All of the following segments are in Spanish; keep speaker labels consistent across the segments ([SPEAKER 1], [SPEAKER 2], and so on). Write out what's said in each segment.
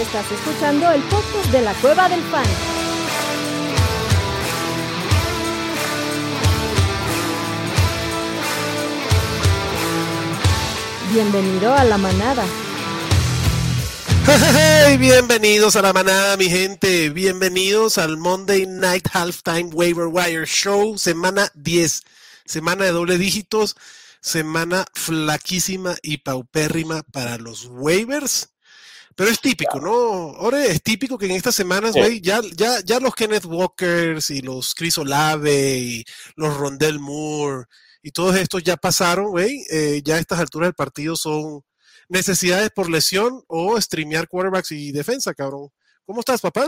[SPEAKER 1] Estás escuchando el podcast de la Cueva del Fan. Bienvenido a la manada.
[SPEAKER 2] Hey, bienvenidos a la manada, mi gente. Bienvenidos al Monday Night Halftime Waiver Wire Show, semana 10, semana de doble dígitos, semana flaquísima y paupérrima para los waivers. Pero es típico, ¿no? Ahora es típico que en estas semanas, güey, ya, ya, ya los Kenneth Walkers y los Chris Olave y los Rondell Moore y todos estos ya pasaron, güey. Eh, ya a estas alturas del partido son necesidades por lesión o streamear quarterbacks y defensa, cabrón. ¿Cómo estás, papá?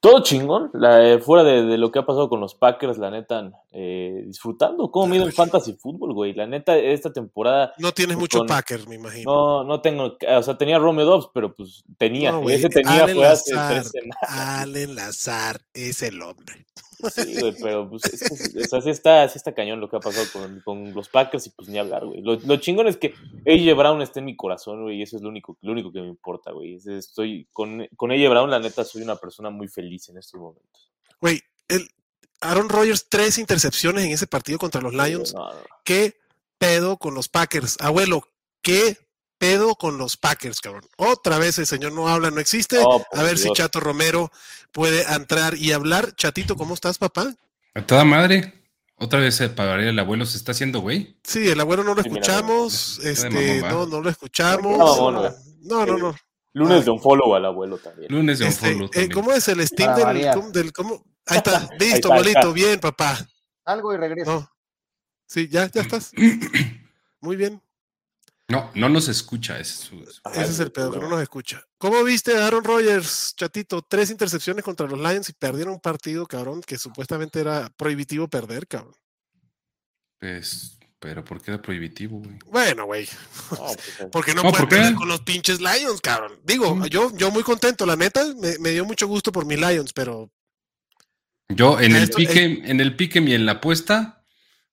[SPEAKER 3] Todo chingón, la, eh, fuera de, de lo que ha pasado con los Packers, la neta, eh, disfrutando cómo mide el fantasy fútbol, güey. La neta, esta temporada
[SPEAKER 2] No tienes mucho
[SPEAKER 3] Con-
[SPEAKER 2] Packers, me imagino.
[SPEAKER 3] no, no tengo, o sea, tenía Romeo Dobbs, pero pues tenía,
[SPEAKER 2] No,
[SPEAKER 3] y
[SPEAKER 2] güey,
[SPEAKER 3] ese tenía
[SPEAKER 2] Allen
[SPEAKER 3] fue hace
[SPEAKER 2] Lazard.
[SPEAKER 3] tres semanas,
[SPEAKER 2] Allen Lazar es el hombre.
[SPEAKER 3] sí, güey, pero pues es que, o sea, sí está, sí está cañón lo que ha pasado con, con los Packers y pues ni hablar, güey. Lo, lo chingón es que AJ Brown está en mi corazón, güey, y eso es lo único, lo único que me importa, güey. Es- Estoy con, con AJ Brown, la neta, soy una persona muy feliz en estos momentos.
[SPEAKER 2] Güey, el- Aaron Rodgers, tres intercepciones en ese partido contra los Lions. Eh,
[SPEAKER 3] No, no, no.
[SPEAKER 2] ¿Qué pedo con los Packers? Abuelo, ¿qué pedo con los Packers, cabrón? Otra vez el señor no habla, no existe.
[SPEAKER 3] Oh, por
[SPEAKER 2] A ver si
[SPEAKER 3] Dios.
[SPEAKER 2] Chato Romero puede entrar y hablar. Chatito, ¿cómo estás, papá?
[SPEAKER 4] A toda madre. Otra vez el pagaré el abuelo se está haciendo, güey.
[SPEAKER 2] Sí, el abuelo no lo
[SPEAKER 3] Sí, mira,
[SPEAKER 2] escuchamos,
[SPEAKER 4] güey. Está de
[SPEAKER 2] este, no,
[SPEAKER 4] mamón, va.
[SPEAKER 2] no lo escuchamos.
[SPEAKER 3] Está mamón, güey.
[SPEAKER 2] No, no, no.
[SPEAKER 3] Lunes de un follow al abuelo también.
[SPEAKER 4] Lunes de
[SPEAKER 2] Este,
[SPEAKER 4] Onfollow
[SPEAKER 2] eh,
[SPEAKER 4] también.
[SPEAKER 2] ¿Cómo es el Steam
[SPEAKER 5] Para
[SPEAKER 2] del,
[SPEAKER 5] variar.
[SPEAKER 2] cómo- del- cómo? Ahí está,
[SPEAKER 3] Ahí
[SPEAKER 2] listo,
[SPEAKER 3] está, ahí
[SPEAKER 2] abuelito,
[SPEAKER 3] está.
[SPEAKER 2] bien, papá.
[SPEAKER 5] Algo y regreso.
[SPEAKER 2] No. Sí, ya,
[SPEAKER 4] Mm.
[SPEAKER 2] ya estás. Muy bien.
[SPEAKER 4] No, no nos escucha. Es su- su-
[SPEAKER 3] Ajá,
[SPEAKER 2] Ese es el pedo, que no
[SPEAKER 3] güey.
[SPEAKER 2] nos escucha. ¿Cómo viste a Aaron Rodgers, chatito? Tres intercepciones contra los Lions y perdieron un partido, cabrón, que supuestamente era prohibitivo perder, cabrón.
[SPEAKER 4] es- pero ¿por qué era prohibitivo, güey?
[SPEAKER 2] Bueno, güey,
[SPEAKER 3] No, pues, eh.
[SPEAKER 2] porque no,
[SPEAKER 4] No,
[SPEAKER 2] puedes
[SPEAKER 4] ¿por qué?
[SPEAKER 2] perder con los pinches Lions, cabrón. Digo,
[SPEAKER 4] Mm.
[SPEAKER 2] yo, yo muy contento, la neta, me, me dio mucho gusto por mis Lions, pero
[SPEAKER 4] Yo en el
[SPEAKER 2] Esto-
[SPEAKER 4] pique, en el pique y en la apuesta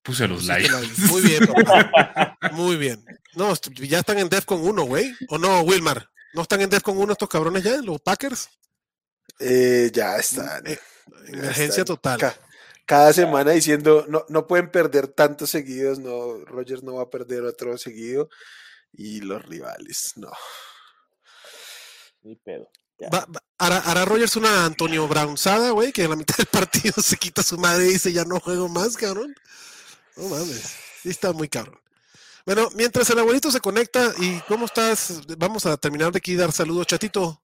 [SPEAKER 4] puse a los
[SPEAKER 2] pusiste
[SPEAKER 4] likes.
[SPEAKER 2] Lions. Muy bien, papá. Muy bien. No, est- ya están en Defcon 1, güey. ¿O no, Wilmar? ¿No están en Defcon 1 estos cabrones ya, los Packers?
[SPEAKER 6] Eh, ya están.
[SPEAKER 2] Eh,
[SPEAKER 6] ya
[SPEAKER 2] Emergencia
[SPEAKER 6] están.
[SPEAKER 2] total.
[SPEAKER 6] Ca- cada semana diciendo, no, no pueden perder tantos seguidos, no, Rogers no va a perder otro seguido. Y los rivales, no.
[SPEAKER 3] Ni pedo.
[SPEAKER 2] Va- va- hará, hará Rogers una Antonio Brownzada, güey, que en la mitad del partido se quita su madre y dice, ya no juego más, cabrón. No mames, sí está muy cabrón. Bueno, mientras el abuelito se conecta y cómo estás, vamos a terminar de aquí dar saludos, chatito.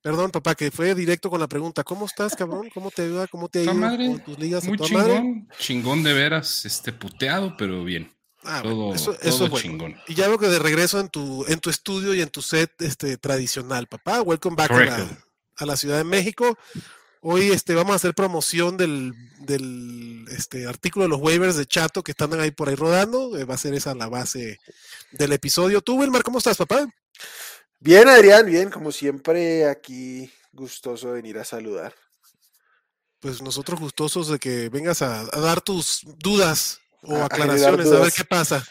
[SPEAKER 2] Perdón, papá, que fue directo con la pregunta. ¿Cómo estás, cabrón? ¿Cómo te va? ¿Cómo te ha
[SPEAKER 4] Toda
[SPEAKER 2] ido
[SPEAKER 4] madre,
[SPEAKER 2] con tus ligas? a
[SPEAKER 4] Muy
[SPEAKER 2] toda madre?
[SPEAKER 4] chingón, chingón de veras, este puteado, pero bien.
[SPEAKER 2] Ah, bueno,
[SPEAKER 4] Todo,
[SPEAKER 2] eso,
[SPEAKER 4] todo
[SPEAKER 2] eso es bueno.
[SPEAKER 4] chingón.
[SPEAKER 2] Y ya veo que de regreso en tu, en tu estudio y en tu set este, tradicional, papá. Welcome back a la,
[SPEAKER 4] Correcto.
[SPEAKER 2] a la Ciudad de México. Hoy este, vamos a hacer promoción del, del, este, artículo de los waivers de Chato que están ahí por ahí rodando. Eh, va a ser esa la base del episodio. Tú, Wilmar, ¿cómo estás, papá?
[SPEAKER 6] Bien, Adrián, bien, como siempre, aquí gustoso de venir a saludar.
[SPEAKER 2] Pues nosotros gustosos de que vengas a, a dar tus dudas o
[SPEAKER 6] A- a generar
[SPEAKER 2] aclaraciones, a ver
[SPEAKER 6] dudas.
[SPEAKER 2] qué pasa.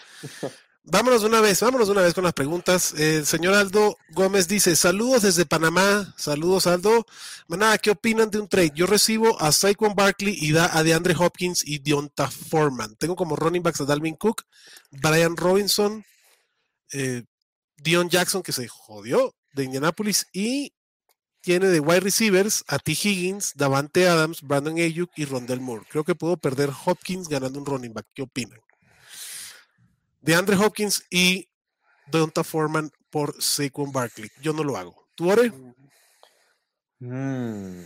[SPEAKER 2] Vámonos de una vez, vámonos de una vez con las preguntas. Eh, El señor Aldo Gómez dice, saludos desde Panamá, saludos Aldo. Manada, ¿qué opinan de un trade? Yo recibo a Saquon Barkley y da a DeAndre Hopkins y Dionta Foreman. Tengo como running backs a Dalvin Cook, Brian Robinson, eh, Dion Jackson, que se jodió, de Indianapolis, y tiene de wide receivers a T. Higgins, Davante Adams, Brandon Ayuk y Rondell Moore. Creo que puedo perder Hopkins ganando un running back. ¿Qué opinan? De Andre Hopkins y Donta Foreman por Saquon Barkley. Yo no lo hago. ¿Tú, Ore? O
[SPEAKER 3] Mm.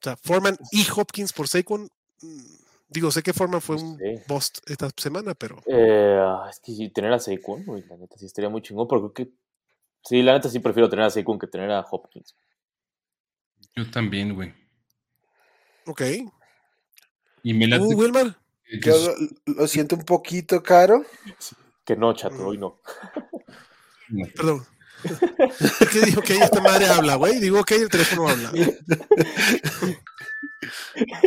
[SPEAKER 2] sea, Foreman y Hopkins por Saquon. mm, Digo, sé que Foreman fue un
[SPEAKER 3] Sí.
[SPEAKER 2] bust esta semana, pero
[SPEAKER 3] Eh, ah, es que sí, tener a Saquon, güey, la neta sí estaría muy chingón, porque creo que- sí, la neta sí prefiero tener a Saquon que tener a Hopkins.
[SPEAKER 4] Yo también, güey.
[SPEAKER 2] ok.
[SPEAKER 4] Y me late
[SPEAKER 2] ¿Tú, Wilmar?
[SPEAKER 4] que
[SPEAKER 6] Yo
[SPEAKER 4] ellos-
[SPEAKER 6] lo, lo siento un poquito caro.
[SPEAKER 3] Que no, chato,
[SPEAKER 2] Mm.
[SPEAKER 3] hoy no.
[SPEAKER 4] no.
[SPEAKER 2] Perdón. Es que dijo que esta madre habla, güey. Digo, que el teléfono habla. ¿Qué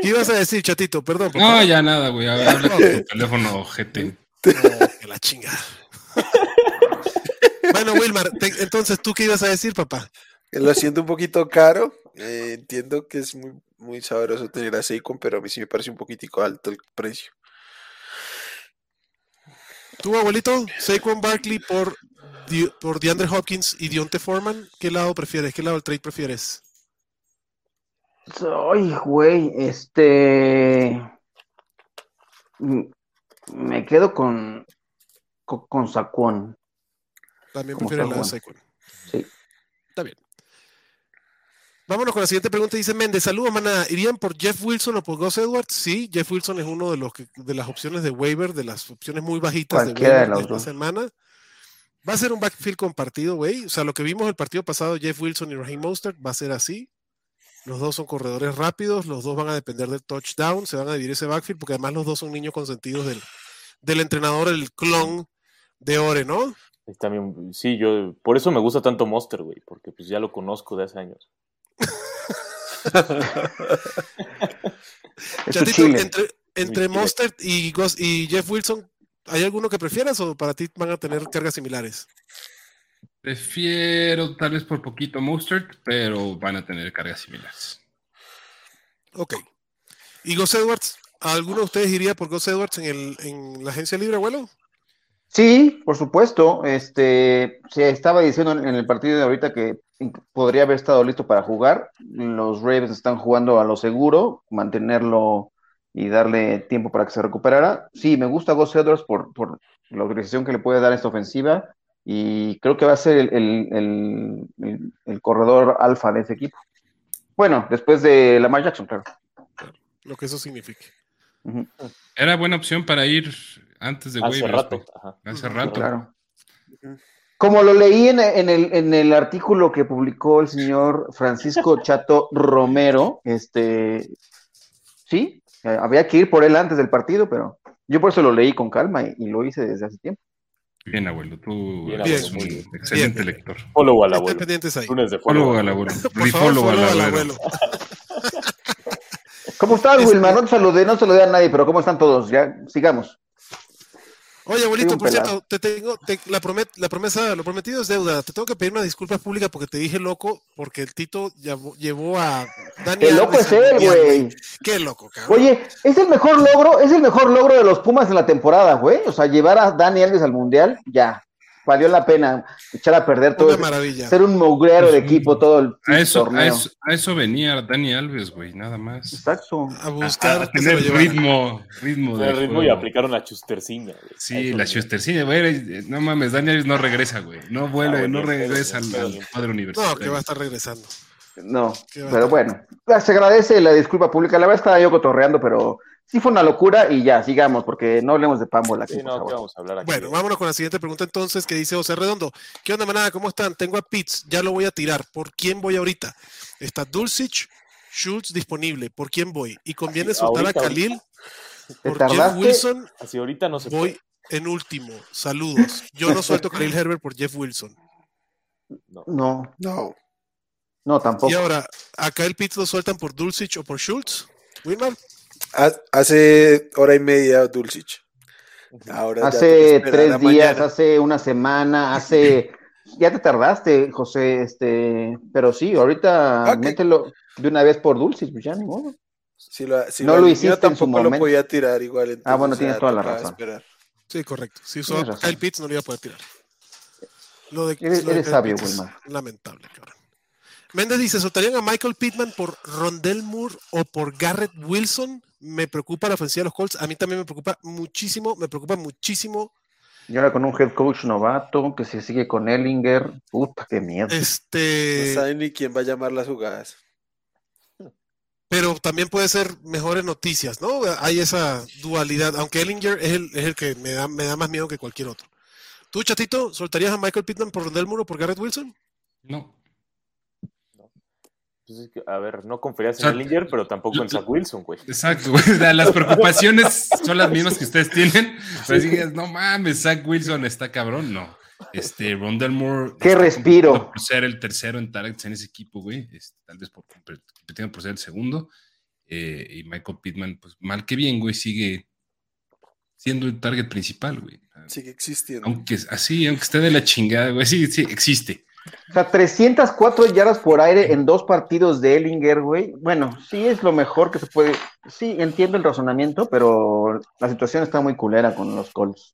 [SPEAKER 2] ibas a decir, chatito? Perdón. por
[SPEAKER 4] No,
[SPEAKER 2] favor.
[SPEAKER 4] ya nada, güey. Habla con tu teléfono, ojete.
[SPEAKER 2] No, que la chingada. bueno, Wilmar, te- entonces, ¿tú qué ibas a decir, papá?
[SPEAKER 6] eh, Lo siento un poquito caro. eh, entiendo que es muy, muy sabroso tener a Seikon, pero a mí sí me parece un poquitico alto el precio.
[SPEAKER 2] Tu abuelito, Saquon Barkley por, Di- por DeAndre Hopkins y Dionte Foreman, ¿qué lado prefieres? ¿Qué lado del trade prefieres?
[SPEAKER 5] Ay, güey, este. mm, Me quedo con. Con, con Saquon.
[SPEAKER 2] También
[SPEAKER 5] Como
[SPEAKER 2] prefiero el lado de
[SPEAKER 5] Saquon.
[SPEAKER 2] Saquon.
[SPEAKER 5] Sí.
[SPEAKER 2] Está bien. Vámonos con la siguiente pregunta. Dice Méndez, saludos, manada. ¿Irían por Jeff Wilson o por Gus Edwards? Sí, Jeff Wilson es uno de los que- de las opciones de waiver, de las opciones muy bajitas
[SPEAKER 5] Cualquiera de
[SPEAKER 2] waiver
[SPEAKER 5] los
[SPEAKER 2] esta
[SPEAKER 5] dos.
[SPEAKER 2] semana. Va a ser un backfield compartido, güey. O sea, lo que vimos el partido pasado, Jeff Wilson y Raheem Mostert, va a ser así. Los dos son corredores rápidos, los dos van a depender del touchdown, se van a dividir ese backfield, porque además los dos son niños consentidos del, del entrenador, el clon de Ore, ¿no?
[SPEAKER 3] Es También, sí, yo, por eso me gusta tanto Monster, güey, porque pues ya lo conozco de hace años.
[SPEAKER 5] Es un
[SPEAKER 2] Chatito,
[SPEAKER 5] chile.
[SPEAKER 2] entre, entre
[SPEAKER 3] chile.
[SPEAKER 2] Mostert y, Gus- y Jeff Wilson, ¿hay alguno que prefieras o para ti van a tener cargas similares?
[SPEAKER 4] Prefiero tal vez por poquito Mustard, pero van a tener cargas similares.
[SPEAKER 2] Ok. ¿Y Gus Edwards? ¿Alguno de ustedes iría por Gus Edwards en, el, en la agencia libre, abuelo?
[SPEAKER 5] Sí, por supuesto. Este, se estaba diciendo en en el partido de ahorita que inc- podría haber estado listo para jugar. Los Ravens están jugando a lo seguro, mantenerlo y darle tiempo para que se recuperara. Sí, me gusta Gus Edwards por, por la utilización que le puede dar a esta ofensiva y creo que va a ser el, el- el- el- el corredor alfa de ese equipo. Bueno, después de Lamar Jackson, claro.
[SPEAKER 2] Lo que eso significa.
[SPEAKER 5] Ujú,
[SPEAKER 4] Era buena opción para ir antes de
[SPEAKER 3] Hace
[SPEAKER 4] waivers,
[SPEAKER 3] rato.
[SPEAKER 4] Pues, güey.
[SPEAKER 3] Ajá.
[SPEAKER 4] Hace rato.
[SPEAKER 5] claro. Como lo leí en, en el, en el artículo que publicó el señor Francisco Chato Romero, este, sí, eh, había que ir por él antes del partido, pero yo por eso lo leí con calma y, y lo hice desde hace tiempo.
[SPEAKER 4] Bien, abuelo. Tú
[SPEAKER 3] Bien,
[SPEAKER 4] eres
[SPEAKER 2] abuelo,
[SPEAKER 4] un
[SPEAKER 3] muy bien.
[SPEAKER 4] excelente
[SPEAKER 2] Bien.
[SPEAKER 4] lector.
[SPEAKER 3] Follow al
[SPEAKER 2] Estén
[SPEAKER 3] abuelo.
[SPEAKER 2] pendientes ahí.
[SPEAKER 3] Lunes de
[SPEAKER 4] Este Follow
[SPEAKER 3] follow.
[SPEAKER 4] al abuelo.
[SPEAKER 2] Por favor,
[SPEAKER 4] Refollow al
[SPEAKER 2] follow al
[SPEAKER 4] abuelo.
[SPEAKER 2] abuelo.
[SPEAKER 5] ¿Cómo estás,
[SPEAKER 2] Este-
[SPEAKER 5] Wilma? No te saludé, no saludé a nadie, pero ¿cómo están todos? Ya, sigamos.
[SPEAKER 2] Oye, abuelito,
[SPEAKER 5] un
[SPEAKER 2] por
[SPEAKER 5] pelado.
[SPEAKER 2] cierto, te tengo, te- la, promet- la promesa, lo prometido es deuda. Te tengo que pedir una disculpa pública porque te dije loco, porque el Tito llevó, llevó a Dani.
[SPEAKER 5] ¡Qué loco
[SPEAKER 2] Alves
[SPEAKER 5] es
[SPEAKER 2] al
[SPEAKER 5] él,
[SPEAKER 2] Mundial,
[SPEAKER 5] güey!
[SPEAKER 2] Qué loco, cabrón.
[SPEAKER 5] Oye, es el mejor logro, es el mejor logro de los Pumas en la temporada, güey. O sea, llevar a Dani Alves al Mundial, ya, valió la pena echar a perder todo,
[SPEAKER 2] Una
[SPEAKER 5] ese-
[SPEAKER 2] maravilla.
[SPEAKER 5] ser un mugrero de equipo todo el
[SPEAKER 4] A eso, a,
[SPEAKER 5] torneo.
[SPEAKER 4] eso, a eso venía Dani Alves, güey, nada más.
[SPEAKER 5] Exacto.
[SPEAKER 2] A
[SPEAKER 4] A,
[SPEAKER 2] buscar
[SPEAKER 4] a
[SPEAKER 2] que se
[SPEAKER 4] tener
[SPEAKER 2] lo llevaran.
[SPEAKER 4] ritmo, ritmo de
[SPEAKER 3] Fue ritmo y
[SPEAKER 4] juego.
[SPEAKER 3] aplicaron la chusterciña, güey. Ahí
[SPEAKER 4] Sí,
[SPEAKER 3] fue
[SPEAKER 4] la
[SPEAKER 3] donde-
[SPEAKER 4] Schustercine, güey. eh, No mames, Dani Alves no regresa, güey. No vuelve,
[SPEAKER 3] Ah, bueno,
[SPEAKER 4] no regresa
[SPEAKER 3] pero-
[SPEAKER 4] al, al cuadro universitario.
[SPEAKER 2] No, que va a estar regresando.
[SPEAKER 5] No,
[SPEAKER 2] Qué va a
[SPEAKER 5] pero
[SPEAKER 2] estar.
[SPEAKER 5] bueno, se agradece la disculpa pública. La verdad estaba yo cotorreando, pero sí fue una locura y ya, sigamos, porque no hablemos de Pambola aquí,
[SPEAKER 3] Sí,
[SPEAKER 5] por
[SPEAKER 3] no, ¿qué
[SPEAKER 5] favor.
[SPEAKER 3] vamos a hablar aquí?
[SPEAKER 2] Bueno, vámonos con la siguiente pregunta entonces que dice José Redondo. ¿Qué onda, manada? ¿Cómo están? Tengo a Pitts, ya lo voy a tirar. ¿Por quién voy ahorita? Está Dulcich, Schultz disponible. ¿Por quién voy? Y conviene
[SPEAKER 3] Así,
[SPEAKER 2] soltar a
[SPEAKER 3] ahorita,
[SPEAKER 2] Khalil.
[SPEAKER 5] Te
[SPEAKER 2] Por Jeff
[SPEAKER 5] tardaste.
[SPEAKER 2] Wilson
[SPEAKER 3] Así ahorita no se
[SPEAKER 2] voy en último. Saludos. Yo no suelto a Khalil Herbert por Jeff Wilson.
[SPEAKER 5] No,
[SPEAKER 6] No,
[SPEAKER 5] no tampoco.
[SPEAKER 2] Y ahora, ¿a Kyle Pitts lo sueltan por Dulcich o por Schultz? Wilmar,
[SPEAKER 6] Ha- hace hora y media Dulcich.
[SPEAKER 3] puede.
[SPEAKER 6] Ahora ya
[SPEAKER 5] Hace
[SPEAKER 6] toca esperar a
[SPEAKER 5] tres días,
[SPEAKER 6] mañana.
[SPEAKER 5] hace una semana, hace. ya te tardaste, José, este. Pero sí, ahorita
[SPEAKER 6] Ok.
[SPEAKER 5] mételo de una vez por Dulcis, pues ya ni modo.
[SPEAKER 6] Si lo- si
[SPEAKER 5] No lo
[SPEAKER 6] alineó,
[SPEAKER 5] hiciste en su
[SPEAKER 6] tampoco lo
[SPEAKER 5] momento. Ah,
[SPEAKER 6] podía tirar igual. entonces,
[SPEAKER 5] bueno,
[SPEAKER 6] o sea,
[SPEAKER 5] tienes toda la
[SPEAKER 6] tocaba
[SPEAKER 5] razón.
[SPEAKER 6] esperar.
[SPEAKER 2] Sí, correcto. Si usó
[SPEAKER 5] Tienes
[SPEAKER 2] a
[SPEAKER 5] razón.
[SPEAKER 2] Kyle Pitts, no lo iba a poder tirar. Lo de,
[SPEAKER 5] Eres-
[SPEAKER 2] lo de
[SPEAKER 5] eres
[SPEAKER 2] Kyle
[SPEAKER 5] sabio,
[SPEAKER 2] Pitts es
[SPEAKER 5] Wilmar.
[SPEAKER 2] Lamentable, cabrón. Méndez dice: ¿soltarían a Michael Pittman por Rondell Moore o por Garrett Wilson? Me preocupa la ofensiva de los Colts. A mí también me preocupa muchísimo. Me preocupa muchísimo.
[SPEAKER 5] Y ahora con un head coach novato que se sigue con Ellinger. Puta, qué miedo.
[SPEAKER 6] No
[SPEAKER 2] Este,
[SPEAKER 6] saben ni quién va a llamar las jugadas.
[SPEAKER 2] pero también puede ser mejores noticias, ¿no? Hay esa dualidad. Aunque Ellinger es el, es el que me da, me da más miedo que cualquier otro. ¿Tú, chatito, soltarías a Michael Pittman por Rondell Moore o por Garrett Wilson?
[SPEAKER 4] No.
[SPEAKER 3] Pues es que, a ver, no conferías
[SPEAKER 4] O
[SPEAKER 3] en
[SPEAKER 4] sea,
[SPEAKER 3] Ellinger, pero tampoco en Zach Wilson, güey.
[SPEAKER 4] Exacto, güey. O sea, Las preocupaciones son las mismas que ustedes tienen. Pero digas, no mames, Zach Wilson está cabrón. No. Este, Rondell Moore.
[SPEAKER 5] Qué
[SPEAKER 4] está
[SPEAKER 5] respiro.
[SPEAKER 4] compitiendo Por ser el tercero en targets en ese equipo, güey. Este, tal vez por compitiendo por ser el segundo. Eh, y Michael Pittman, pues mal que bien, güey, sigue siendo el target principal, güey.
[SPEAKER 6] Sigue existiendo.
[SPEAKER 4] Aunque así, aunque esté de la chingada, güey. Sí, sí, existe.
[SPEAKER 5] O sea, 304 yardas por aire en dos partidos de Ellinger, güey. Bueno, sí es lo mejor que se puede. Sí, entiendo el razonamiento, pero la situación está muy culera con los Colts.